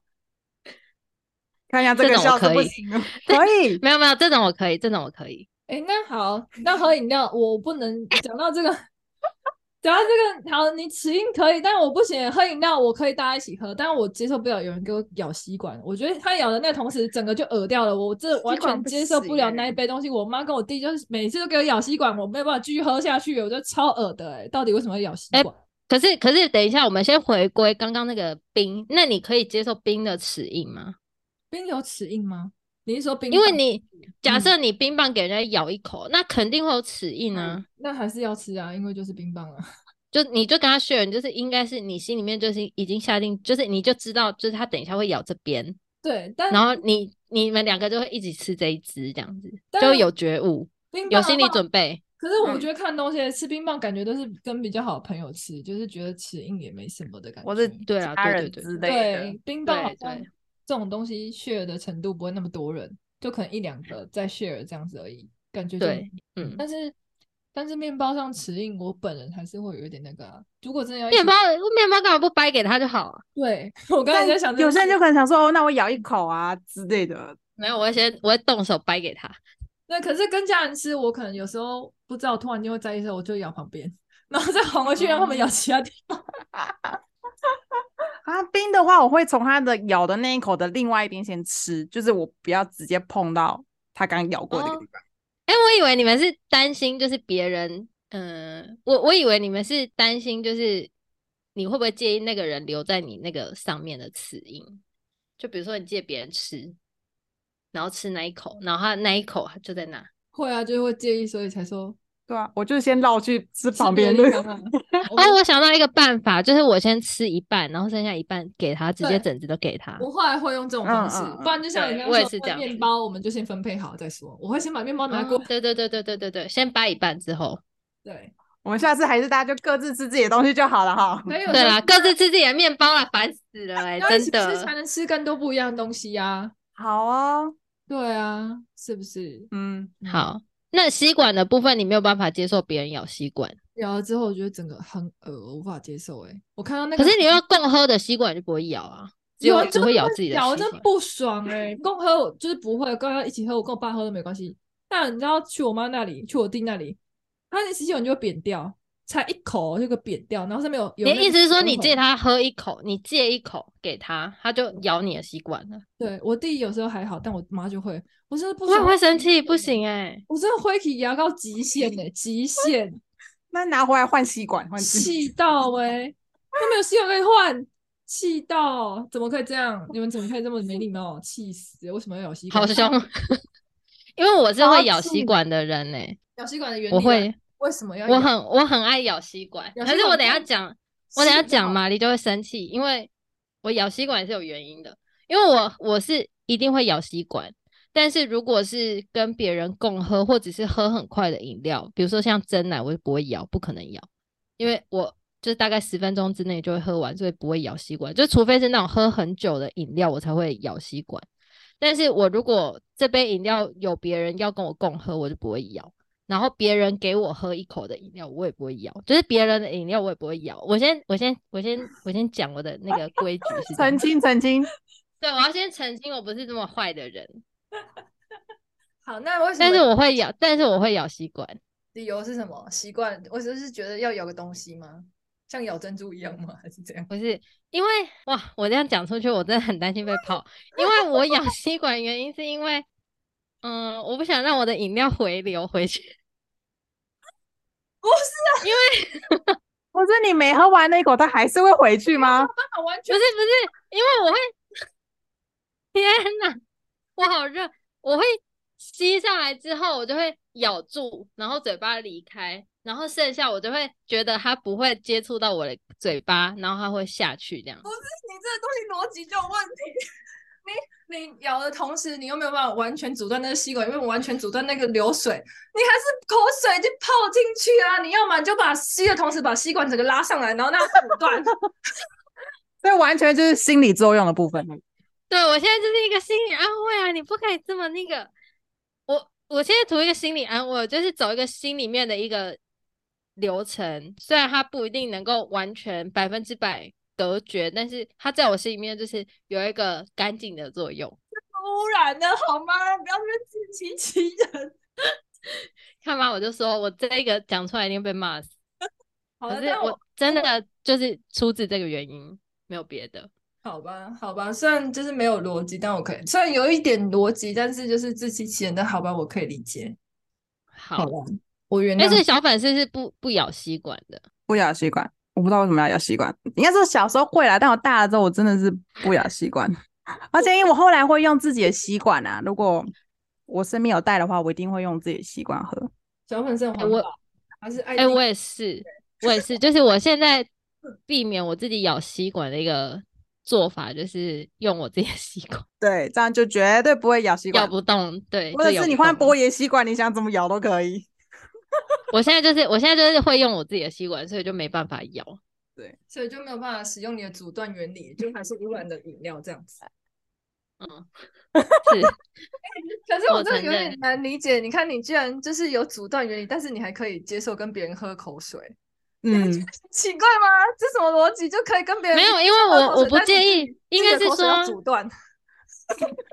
看一下这这个种我笑声可不以 行了，可以。没有没有，这种我可以，这种我可以。哎、那好，那喝饮料我不能讲到这个， 讲到这个，好，你齿龈可以，但我不行。喝饮料我可以大家一起喝，但我接受不了有人给我咬吸管，我觉得他咬的那个同时整个就饵掉了，我这完吸管全不接受不行了欸那一杯东西。我妈跟我弟就是每次都给我咬吸管，我没有办法继续喝下去，我就超饵的、欸。到底为什么要咬吸哎管？可是可是，等一下，我们先回归刚刚那个冰，那你可以接受冰的齿印吗？冰有齿印吗？你是说冰因为棒你假嗯设你冰棒给人家咬一口，那肯定会有齿印啊。那还是要吃啊，因为就是冰棒啊。就你就跟他 share，你就是应该是你心里面就是已经下定，就是你就知道，就是他等一下会咬这边，对，但然后你你们两个就会一起吃这一只，这样子当就然会有觉悟，冰棒有的心理话准备。可是我嗯觉得看东西吃冰棒，感觉都是跟比较好的朋友吃，就是觉得齿印也没什么的感觉。我是对啊对家对人对之类的，对冰棒好对像对这种东西 share 的程度不会那么多人，就可能一两个在 share 这样子而已，感觉就对嗯，但是但是面包上齿印，我本人还是会有一点那个、啊。如果真的要一面起包面包干嘛不掰给他就好啊？对 我刚才在想这有件些人事就可能想说，哦那我咬一口啊之类的。没有，我会先我会动手掰给他。对，可是跟家人吃，我可能有时候不知道，突然间会在意的时候，我就咬旁边， 然后再哄回去，让他哦们咬其他地方。 啊，冰的话，我会从它的咬的那一口的另外一边先吃，就是我不要直接碰到它刚咬过的一个地哦方。哎、我以为你们是担心，就是别人，嗯、我我以为你们是担心，就是你会不会介意那个人留在你那个上面的齿印？就比如说你借别人吃，然后吃那一口，然后他那一口就在那，会啊，就是会介意，所以才说对啊，我就先绕去吃吃旁别边的的地。方啊。 我哦，我想到一个办法，就是我先吃一半，然后剩下一半给他，直接对整只都给他。我后来会用这种方式，嗯嗯嗯不然就像人对家我也说是这样面子包，我们就先分配好再说。我会先把面包拿过哦来，对对对对对对对，先掰一半之后，对， 我们下次还是大家就各自吃自己的东西就好了哈。可以有对时候啦，各自吃自己的面包啦，烦死了哎、 要一真起吃才的。能吃更多不一样的东西呀、好哦，对啊，是不是？嗯，好，那吸管的部分你没有办法接受别人咬吸管，咬了之后，我觉得整个很恶，我无法接受、欸。哎，我看到那个，可是你要共喝的吸管就不会咬啊，只有啊只就会是咬自己的吸咬管。那不爽哎、共喝我就是不会，跟他一起喝，我跟我爸喝都没关系。但你知道去我妈那里，去我弟那里，他那吸管就会扁掉，才一口哦就给扁掉，然后上面有你有那的个意思是说，你伤借口？他喝一口，你借一口给他，他就咬你的吸管了，对我弟有时候还好，但我妈就会，我真的不我也爽，会生气，不，行哎、我真的会起牙膏极限哎、极限。 那拿回来换吸管，换吸气到哎、都没有吸管可以换，气到怎么可以这样？你们怎么可以这么没礼貌？气死！为什么要咬吸管？好凶！ 因为我是会咬好气吸管的人呢、咬吸管的原理，我会，，为什么要咬？我很我很爱咬吸管，咬吸可是管我等一下真的讲，我等一下吸不讲，到玛丽就会生气，因为我咬吸管也是有原因的，因为 我我是一定会咬吸管，但是如果是跟别人共喝或者是喝很快的饮料，比如说像真奶，我就不会咬，不可能咬，因为我就是大概十分钟之内就会喝完，所以不会咬吸管，就除非是那种喝很久的饮料，我才会咬吸管。但是我如果这杯饮料有别人要跟我共喝，我就不会咬。然后别人给我喝一口的饮料，我也不会咬，就是别人的饮料我也不会咬。我先，我先，我先，我先讲我的那个规矩是这 澄样。清澄清，对，我要先澄清，我不是这么坏的人，好，那为什么？但是我会咬，但是我会咬吸管。理由是什么？习惯？我只是觉得要咬个东西吗？像咬珍珠一样吗？还是怎样？ 不是因为哇，我这样讲出去，我真的很担心被泡。因为我咬吸管，原因是因为，嗯、我不想让我的饮料回流回去。或是你没喝完那一口，它还是会回去吗？那完不全是不是，因为我会，天哪，我好热，我会吸上来之后，我就会咬住，然后嘴巴离开，然后剩下我就会觉得它不会接触到我的嘴巴，然后它会下去这样。你这个东西逻辑就有问题。你你咬的同时，你又没有办法完全阻断那个吸管，因为完全阻断那个流水，你还是口水已经泡进去啊！你要么你就把吸的同时把吸管整个拉上来，然后那样阻断。 所以完全就是心理作用的部分。对我现在就是一个心理安慰啊，你不可以这么那个。我我现在图一个心理安慰，就是走一个心里面的一个流程，虽然它不一定能够完全百分之百隔绝，但是它在我心里面就是有一个干净的作用。污染的好吗？不要这么自欺欺人。看吧，我就说我这个讲出来一定被骂死，好可了，是但我真的就是出自这个原因，没有别的。好吧，好吧，虽然就是没有逻辑，但我可以，虽然有一点逻辑，但是就是自欺欺人。但好吧，我可以理解。好，吧，我原但谅是你。小粉丝是不不咬吸管的。不咬吸管，我不知道为什么要咬吸管。应该说小时候会啦，但我大了之后，我真的是不咬吸管。而且因为我后来会用自己的吸管啊，如果我身边有带的话，我一定会用自己的吸管喝。小粉丝很环哎我保，还是爱哎、地我也是，我也是，就是我现在避免我自己咬吸管的一个做法，就是用我自己的吸管，对，这样就绝对不会咬吸咬管。不动。对，或就者咬是你不换动波爷吸管，你想怎么咬都可以。我现在就是，我现在就是会用我自己的吸管，所以就没办法咬。所以就没有办法使用你的阻断原理，就还是污染的饮料这样子。嗯， 是可是我我真的承有点认难理解，你看你居然就是有阻断原理，但是你还可以接受跟别人喝口水，嗯，奇怪吗？这什么逻辑就可以跟别人没有，因为喝我口我水不但是介你自意己，应自该己的是口水要说，阻断。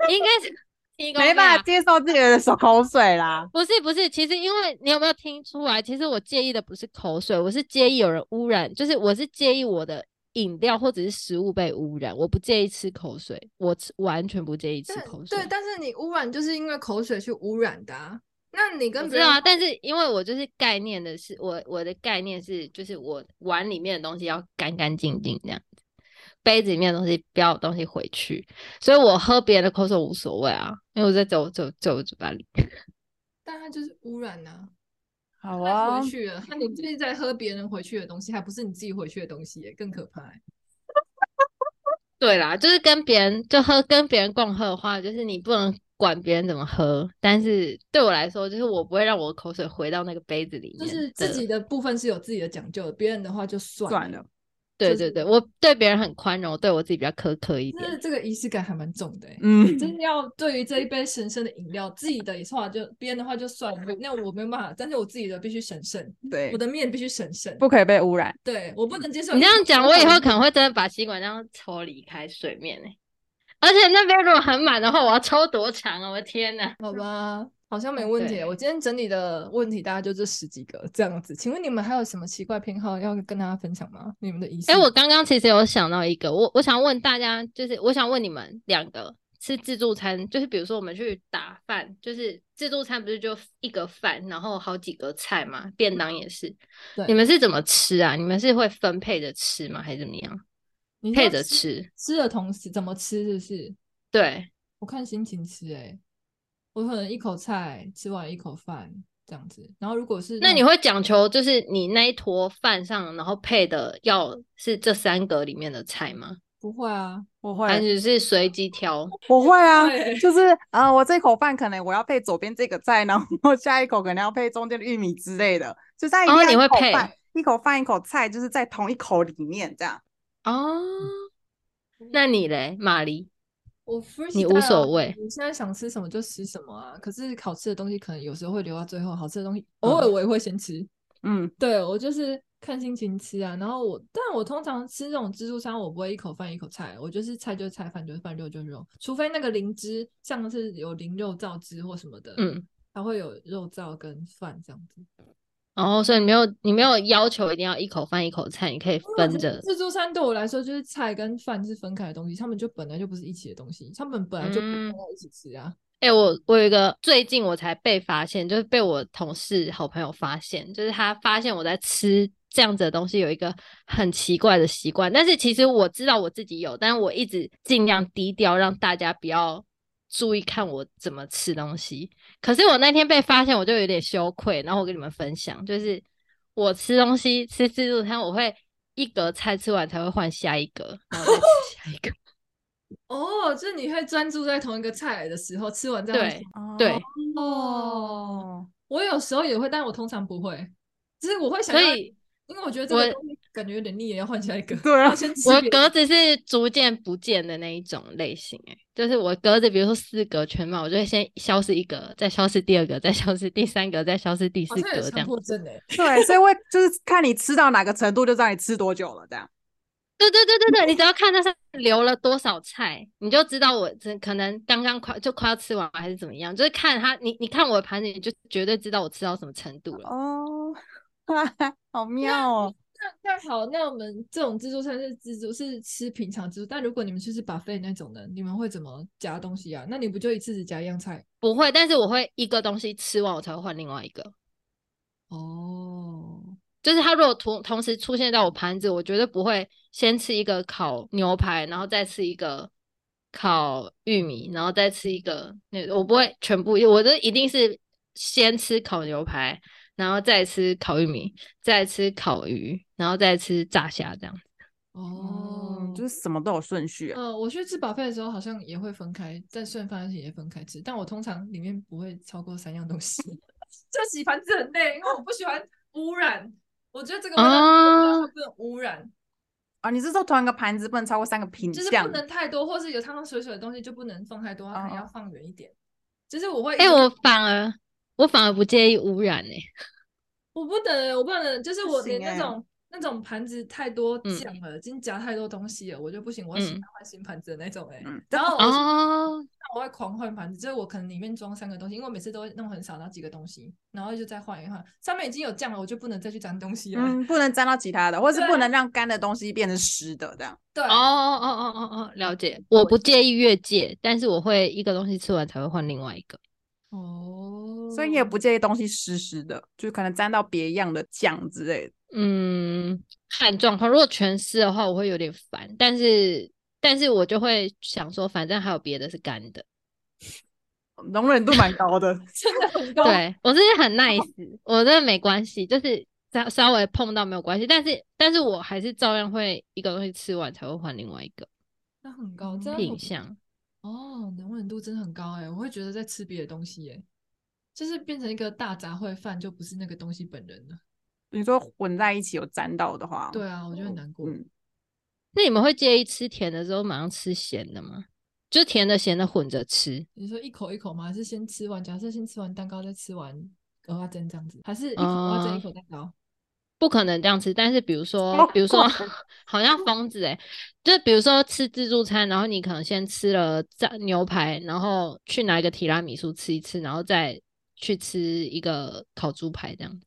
应该是提供没给办啊法接受自己的手口水 啦。不是不是，其实因为你有没有听出来？其实我介意的不是口水，我是介意有人污染，就是我是介意我的饮料或者是食物被污染，我不介意吃口水，我吃完全不介意吃但口水。对，但是你污染就是因为口水去污染的、啊，那你跟我别知人道啊，但是因为我就是概念的是，我我的概念是，就是我碗里面的东西要干干净净这样子，杯子里面的东西不要有东西回去，所以我喝别人的口水无所谓啊，因为我在走走走我嘴巴里。但它就是污染呐、啊，好它哦啊回，去了，那你就是在喝别人回去的东西，还不是你自己回去的东西耶，更可怕耶。对啦，就是跟别人就喝，跟别人共喝的话，就是你不能管别人怎么喝，但是对我来说，就是我不会让我的口水回到那个杯子里就面。是自己的部分是有自己的讲究的，别人的话就算算了。对就对是对，我对别人很宽容，对我自己比较苛刻一那点。这个仪式感还蛮重的、欸，嗯，真的要对于这一杯神圣的饮料，自己的话就别人的话就算了，那我没有办法，但是我自己的必须审慎，对我，的面必须审慎，不可以被污染。对我不能接受你这样讲，我以后可看。能会真的把吸管这样抽离开水面呢、而且那边如果很满的话，我要抽多长啊！我的天哪！好吧，好像没问题对了。我今天整理的问题大概就这十几个这样子。请问你们还有什么奇怪偏好要跟大家分享吗？你们的仪式？哎、我刚刚其实有想到一个，我我想问大家，就是我想问你们两个吃自助餐，就是比如说我们去打饭，就是自助餐不是就一个饭，然后好几个菜嘛，便当也是对。你们是怎么吃啊？你们是会分配着吃吗？还是怎么样？你是配要着吃吃？吃的同时怎么吃？是不是？对，我看心情吃、欸。哎，我可能一口菜吃完一口饭这样子。然后如果是那种你会讲求就是你那一坨饭上，然后配的要是这三个里面的菜吗？不会啊？我还会，是是随机挑？ 我会啊对，就是呃，我这口饭可能我要配左边这个菜，然后 下一口可能要配中间的玉米之类的，就是它一定哦要你一会口配饭、一口饭一口菜，就是在同一口里面这样。哦，嗯那你嘞，玛丽？我你 freestyle 无所谓我现在想吃什么就吃什么啊。可是好吃的东西可能有时候会留到最后，好吃的东西偶尔我也会先吃。嗯，对，我就是看心情吃啊。然后我，但我通常吃这种自助餐，我不会一口饭一口菜，我就是菜就是菜，饭就是饭，肉就是肉，除非那个淋汁，像是有淋肉燥汁或什么的，嗯，它会有肉燥跟饭这样子。哦，所以你没有你没有要求一定要一口饭一口菜，你可以因为我分觉得着。自助餐对我来说就是菜跟饭是分开的东西，他们就本来就不是一起的东西，他们本来就不应嗯该一起吃啊。哎、我我有一个最近我才被发现，就是被我同事好朋友发现，就是他发现我在吃这样子的东西有一个很奇怪的习惯，但是其实我知道我自己有，但是我一直尽量低调，让大家不要注意看我怎么吃东西。可是我那天被发现，我就有点羞愧，然后我跟你们分享，就是我吃东西吃自助餐，我会一格菜吃完才会换下一格，然后再吃下一 个。哦，就是你会专注在同一个菜的时候吃完再换对嗯对，哦，我有时候也会，但我通常不会，就是我会想所要以因为我觉得这个我东西感觉有点腻，也要换下 一个。对啊要先吃我别的格子是逐渐不见的那一种类型、欸，就是我格子，比如说四格全满，我就会先消失一格，再消失第二个，再消失第三个，再消失第好四像有格，这强样。迫症哎、对，所以会就是看你吃到哪个程度，就知道你吃多久了这样。对对对对对，你只要看它上面留了多少菜，你就知道我这可能刚刚快就快要吃完还是怎么样，就是看它，你你看我的盘子，你就绝对知道我吃到什么程度了。哦， 好妙哦！那那好，那我们这种自助餐是自助是吃平常自助，但如果你们就是把费那种的，你们会怎么夹东西啊？那你不就一次只夹一样菜？不会，但是我会一个东西吃完，我才会换另外一个。哦，就是它如果同同时出现在我盘子，我绝对不会先吃一个烤牛排，然后再吃一个烤玉米，然后再吃一个那我不会全部，我这一定是先吃烤牛排，然后再吃烤玉米，再吃烤鱼，然后再吃炸虾这样。哦嗯，，哦就是什么都有顺序啊。嗯、我去吃 buffet 的时候好像也会分开，在剩饭也分开吃，但我通常里面不会超过三样东西。 就洗盘子很累，因为我不喜欢污染，我觉得这个味道哦不能污染。啊，你是说同一个盘子不能超过三个品就是相不？能太多，或是有汤汤水水的东西就不能放太多，它可能要哦放远一点。就是我会一哎、直，我反而我反而不介意污染哎、我不能，我不能，就是不我行连那欸种那种盘子太多哎嗯酱了，已经夹太多东西了，我就不行，我喜欢嗯换新盘子的那种哎、嗯然后我是哦，我会狂换盘子，就是我可能里面装三个东西，因为我每次都会弄很少，然后几个东西，然后就再换一换。上面已经有酱了，我就不能再去沾东西了。嗯，不能沾到其他的，或是不对能让干的东西变成湿的，这样。对，哦哦哦哦哦哦，了解。我不介意越界，但是我会一个东西吃完才会换另外一个。哦所以你也嗯不介意东西湿湿的，就可能沾到别样的酱之类的。嗯，看状况。如果全湿的话，我会有点烦，但是但是我就会想说，反正还有别的是干的。容忍度蛮 高的，真的很高。对我是很 nice，我真的没关系，就是稍稍微碰到没有关系，但是但是我还是照样会一个东西吃完才会换另外一个那很高，嗯这样品很相。哦，容忍度真的很高哎、我会觉得在吃别的东西哎、就是变成一个大杂烩饭，就不是那个东西本人了。你说混在一起有沾到的话，对啊，我觉得很难过。嗯，那你们会介意吃甜的时候马上吃咸的吗？就甜的咸的混着吃，你说一口一口吗？还是先吃完？假设先吃完蛋糕，再吃完蚵仔煎这样子，还是一口蚵嗯仔煎一口蛋糕？不可能这样吃。但是比如说哦么，比如说 鬼，好像疯子哎、就比如说吃自助餐，然后你可能先吃了炸牛排，然后去拿一个提拉米苏吃一吃，然后再去吃一个烤猪排这样子。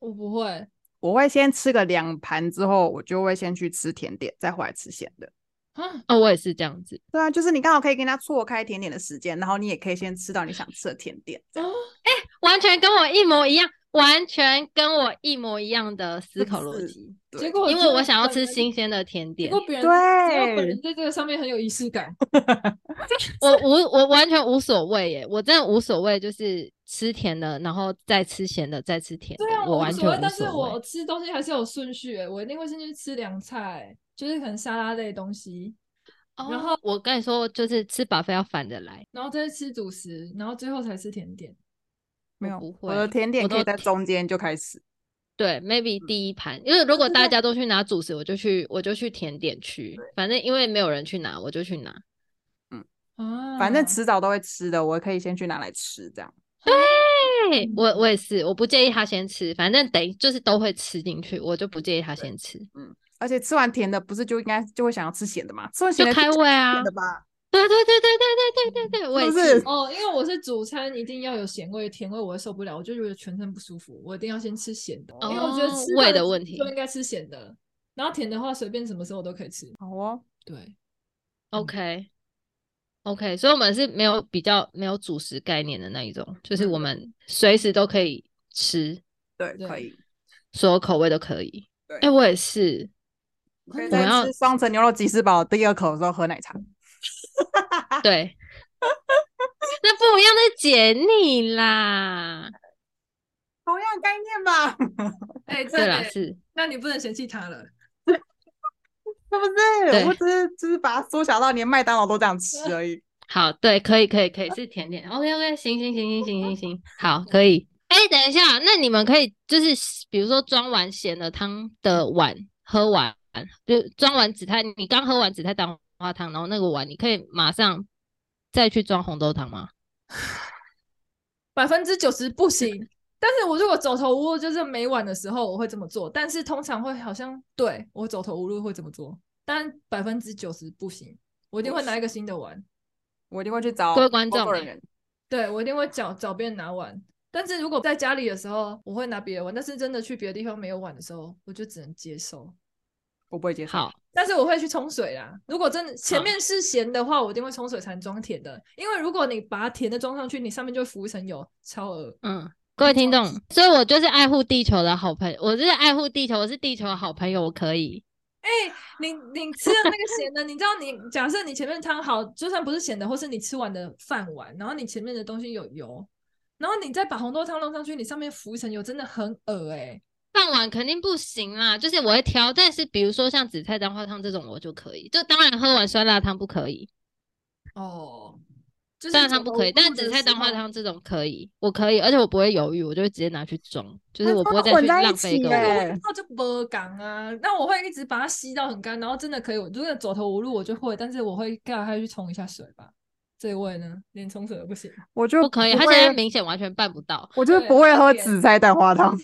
我不会，我会先吃个两盘之后，我就会先去吃甜点，再回来吃咸的。啊，哦，我也是这样子。对啊，就是你刚好可以跟他错开甜点的时间，然后你也可以先吃到你想吃的甜点。这样完全跟我一模一样，完全跟我一模一样的思是考不逻是辑。对结果因为我结想要吃果本人新，鲜的甜结点，果别人结果本人在这个上面很有仪 式感。我无我完全无所谓耶，我真的无所谓，就是吃甜的，然后再吃咸的，再吃甜的，对啊，我无完全所谓，无但是我所谓。吃东西还是有顺序欸，我一定会先去吃凉菜欸，就是可能沙拉类的东西，然后哦我跟你说，就是吃饱饭要反着来，然后再去吃主食，然后最后才吃甜点。没我有不我的会甜点我可以都在中间就开始。对，maybe 嗯第一盘，因为如 果大家都去拿主食，我就去我就去甜点区，反正因为没有人去拿，我就去拿。啊，反嗯正迟早都会吃的，我可以先去拿来吃，这样对，我我也是，我不介意他先吃，反正等于就是都会吃进去，我就不介意他先吃，而且吃完甜的，不是就应该就会想要吃咸的吗？吃完就咸的开胃啊甜的。吧，对对对对对对对对对，我是也不是？哦，因为我是主餐，一定要有咸味、甜味，我会受不了，我就觉得全身不舒服，我一定要先吃咸的，因为我觉得哦吃味饭的问主食题就应该吃咸的，然后甜的话随便什么时候我都可以吃。好哦，对， OK，OK，、所以我们是没有比较没有主食概念的那一种，就是嗯我们随时都可以吃，对，对可以。所有口味都可以。对哎、我也是，可以我在要吃双层牛肉吉士堡第二口的时候喝奶茶。 对，那不一样的解腻啦。同样概念吧，哎、真对的啦，欸是那你不能嫌弃他了。是不是？对我只是就是把它缩小到连麦当劳都这样吃而已。好，对，可以，可以，可以是甜点。OK，OK，、行行行行行行行，好，可以。哎、等一下，那你们可以就是比如说装完咸的汤的碗喝完，就装完紫菜，你刚喝完紫菜蛋花汤，然后那个碗你可以马上再去装红豆汤吗？百分之九十不行。但是我如果走投无路，就是每晚的时候我会这么做，但是通常会好像对我走投无路会这么做，但百分之九十不行，我一定会拿一个新的碗， 我一定会去找各位观众工作人欸员，对我一定会找找别人拿碗。但是如果在家里的时候，我会拿别的碗，但是真的去别的地方没有碗的时候，我就只能接受。我不会接受。好，但是我会去冲水啦。如果真的前面是咸的话，我一定会冲水才能装甜的，因为如果你把它甜的装上去，你上面就会浮一层油，超恶。嗯，各位听众，所以我就是爱护地球的好朋友，我就是爱护地球，我是地球的好朋友，我可以。你 你吃的那个咸的，你知道你假设你前面汤好，就算不是咸的，或是你吃完的饭碗，然后你前面的东西有油，然后你再把红豆汤弄上去，你上面浮一层油，真的很恶哎、饭碗肯定不行啦，就是我会挑，但是比如说像紫菜蛋花汤这种我就可以，就当然喝完酸辣汤不可以，哦，就是酸辣汤不可以，但紫菜蛋当花汤这种可以，我可以，而且我不会犹豫，我就会直接拿去装，就是哎我它不会再混去在一浪费一起个耶碗。对然后就不港啊，那我会一直把它吸到很干，然后真的可以，我如果走投无路我就会，但是我会盖它去冲一下水吧。这一位呢，连冲水都不行，我就不可以，他会现在明显完全办不到。我就对不会很喝甜紫菜蛋花 汤。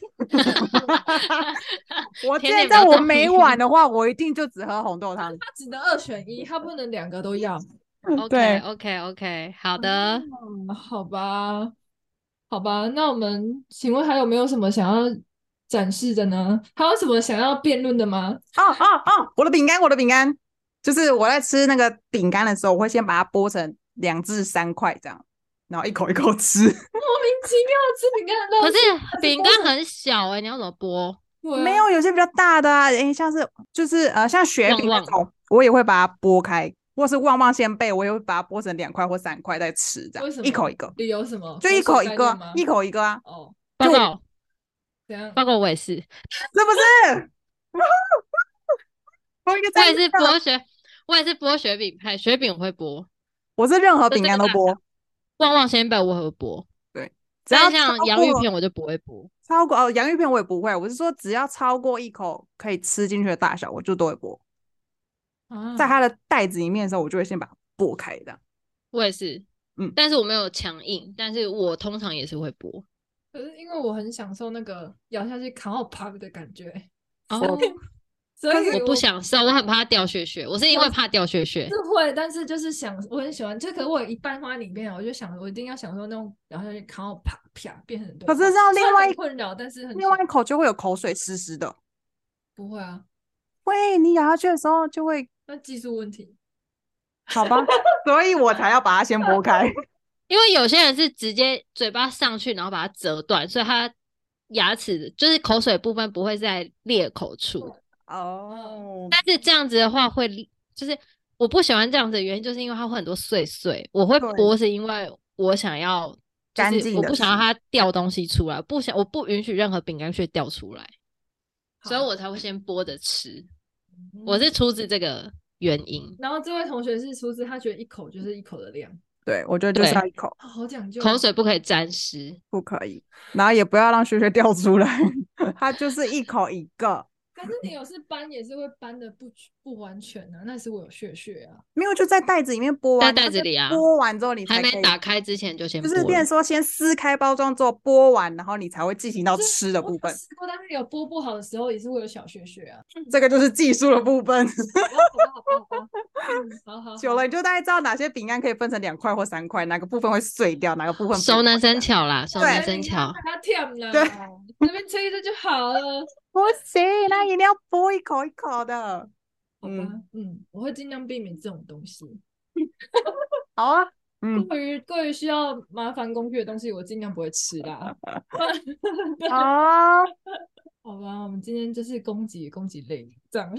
我甜现在点不要我当每甜 碗的话，我一定就只喝红豆汤。它只能二选一，它不能两个都要。 OK 嗯对， OK OK，好的，嗯，好吧，好吧，那我们请问还有没有什么想要展示的呢？还有什么想要辩论的吗？哦哦哦，我的饼干，我的饼干，就是我在吃那个饼干的时候，我会先把它剥成两至三块这样，然后一口一口吃。莫名其妙吃饼干的可乐是趣，饼干很小哎、你要怎么剥？对啊没有，有些比较大的啊，诶，像是就是呃，像雪饼那旺旺种，我也会把它剥开，或是旺旺仙贝，我也会把它剥成两块或三块再吃，这样为什一口么一个，理由什么？风就一水口概一个念吗啊，一口一个啊，哦，报告怎样？报告，我也是，是不是？ 我一个我真也是的哎剥雪，我也是剥雪饼派，雪饼我会剥。我是任何饼干都就这个剥大，旺旺仙贝我会剥，只要但像超洋芋过片我就不会剥。超过哦，洋芋片我也不会，我是说只要超过一口可以吃进去的大小，我就都会剥。啊在它的袋子里面的时候，我就会先把它剥开这样。我也是，嗯但是我没有强硬，但是我通常也是会剥。可是因为我很享受那个咬下去烤好啪的感觉，哦，所可以是我不想受，我很怕掉屑屑，我是因为怕掉屑屑是。会，但是就是想，我很喜欢，就可是我有一半放在里面啊，我就想我一定要享受那种，然后就然后啪啪变很多。可是这样虽另然外很一困扰，但是很另外爽一口就会有口水湿湿的，不会啊，喂，你咬下去的时候就会那技术问题。好 吧，所以我才要把它先剥开。因为有些人是直接嘴巴上去，然后把它折断，所以他牙齿就是口水部分不会在裂口处。嗯哦，但是这样子的话会，就是我不喜欢这样子的原因，就是因为它会很多碎碎。我会对剥是因为我想要就干是净我的不想要吃它掉东西出来，不想我不允许任何饼干屑掉出来，所以好嗯我才会先剥着吃。我是出自这个原因，然后这位同学是出自他觉得一口就是一口的量，对，我觉得就是对要一口啊好讲究。口水不可以沾湿。不可以，然后也不要让血血掉出来， 它就是一口一个。可是你有时搬也是会搬的不不完全啊，那是我有血血啊。没有就在袋子里面剥在完，它袋子是里啊剥完之后你才还可没以打开之前就先就是剥变了成说先撕开包装之后剥完，然后你才会进行到就是吃的我部有分，试过，但是有播不好的时候也是会有小血血 啊。这个就是技术的部分。好吧好吧好吧，嗯好好好。久了你就大概知道哪些饼干可以分成两块或三块，哪个部分会碎掉，哪个部分不熟会能这生样巧啦，熟对能生巧。他舔了，对，那边吃一吃就好 了。不行，那一定要剥一口一口的。好吧，嗯嗯我会尽量避免这种东西。好 啊，嗯，过于过于需要麻烦工具的东西，我尽量不会吃啦。好啊，好吧，我们今天就是攻击攻击类这样。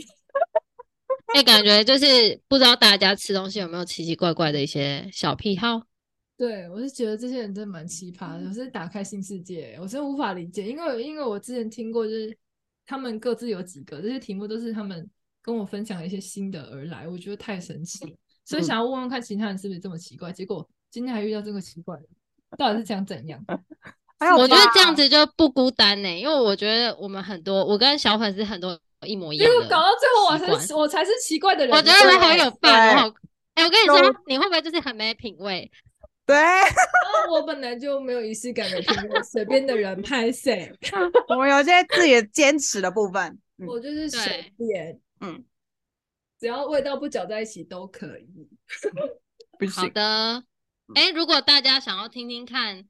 哎、感觉就是不知道大家吃东西有没有奇奇怪怪的一些小癖好。对，我是觉得这些人真的蛮奇葩的，我是打开新世界，我真的无法理解，因为因为我之前听过，就是他们各自有几个，这些题目都是他们跟我分享的一些新的而来，我觉得太神奇了，嗯所以想要问问看其他人是不是这么奇怪，结果今天还遇到这个奇怪的，到底是想怎 样？还有我觉得这样吧，子就不孤单呢、因为我觉得我们很多，我跟小粉丝很多一模一结样果的。搞到最后，我习才惯是我才是奇怪的人。我觉得我好对有范，我好。哎、我跟你都说，你会不会就是很没品味？对 啊我本来就没有仪式感的评论，随便的人 拍谁，我们有一些自己的坚持的部分。嗯我就是随便，嗯，只要味道不搅在一起都可以。不好，的，哎、如果大家想要听听看，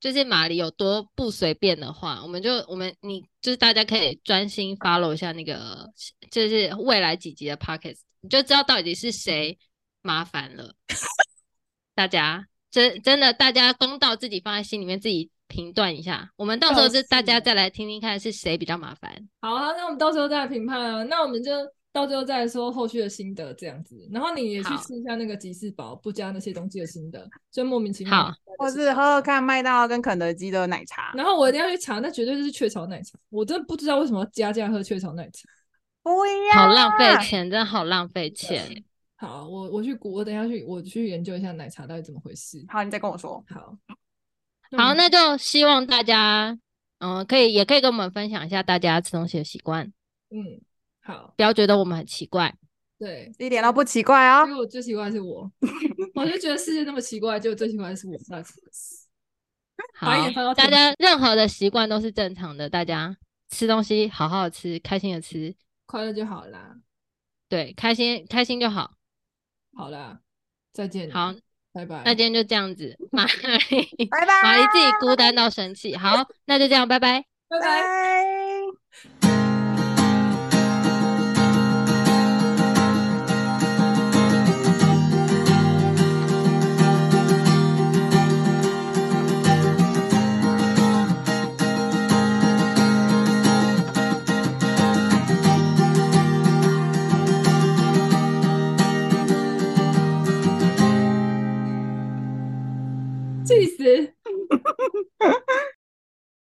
就是马里有多不随便的话，我们就我们你就是大家可以专心 follow 一下那个，就是未来几集的 pockets，你就知道到底是谁麻烦了。大家真真的，大家公道自己放在心里面，自己评断一下。我们到时候就是是大家再来听听看是谁比较麻烦。好啊，那我们到时候再来评判啊。那我们就到最后再来说后续的心得这样子，然后你也去好试一下那个吉士堡不加那些东西的心得，就莫名其妙。好，或是喝喝。看麦当劳跟肯德基的奶茶，然后我一定要去查，那绝对就是雀巢奶茶，我真的不知道为什么要加价喝雀巢奶茶。不一样，好浪费钱，真的好浪费钱。好，我我去估，我等一下去我去研究一下奶茶到底怎么回事。好，你再跟我说。好，好，嗯那就希望大家，嗯、可以也可以跟我们分享一下大家吃东西的习惯，嗯，好，不要觉得我们很奇怪。对，一点都不奇怪啊、嗯因为我最奇怪的是我，我就觉得世界那么奇怪，就最奇怪的是我，那真的是好白眼翻到，大天家任何的习惯都是正常的，大家吃东西好好吃，开心的吃，快乐就好啦，对，开心开心就好。好啦，再见，好，，拜拜，那今天就这样子， 玛丽，拜拜，玛丽自己孤单到生气。好，那就这样，拜拜。拜拜。拜。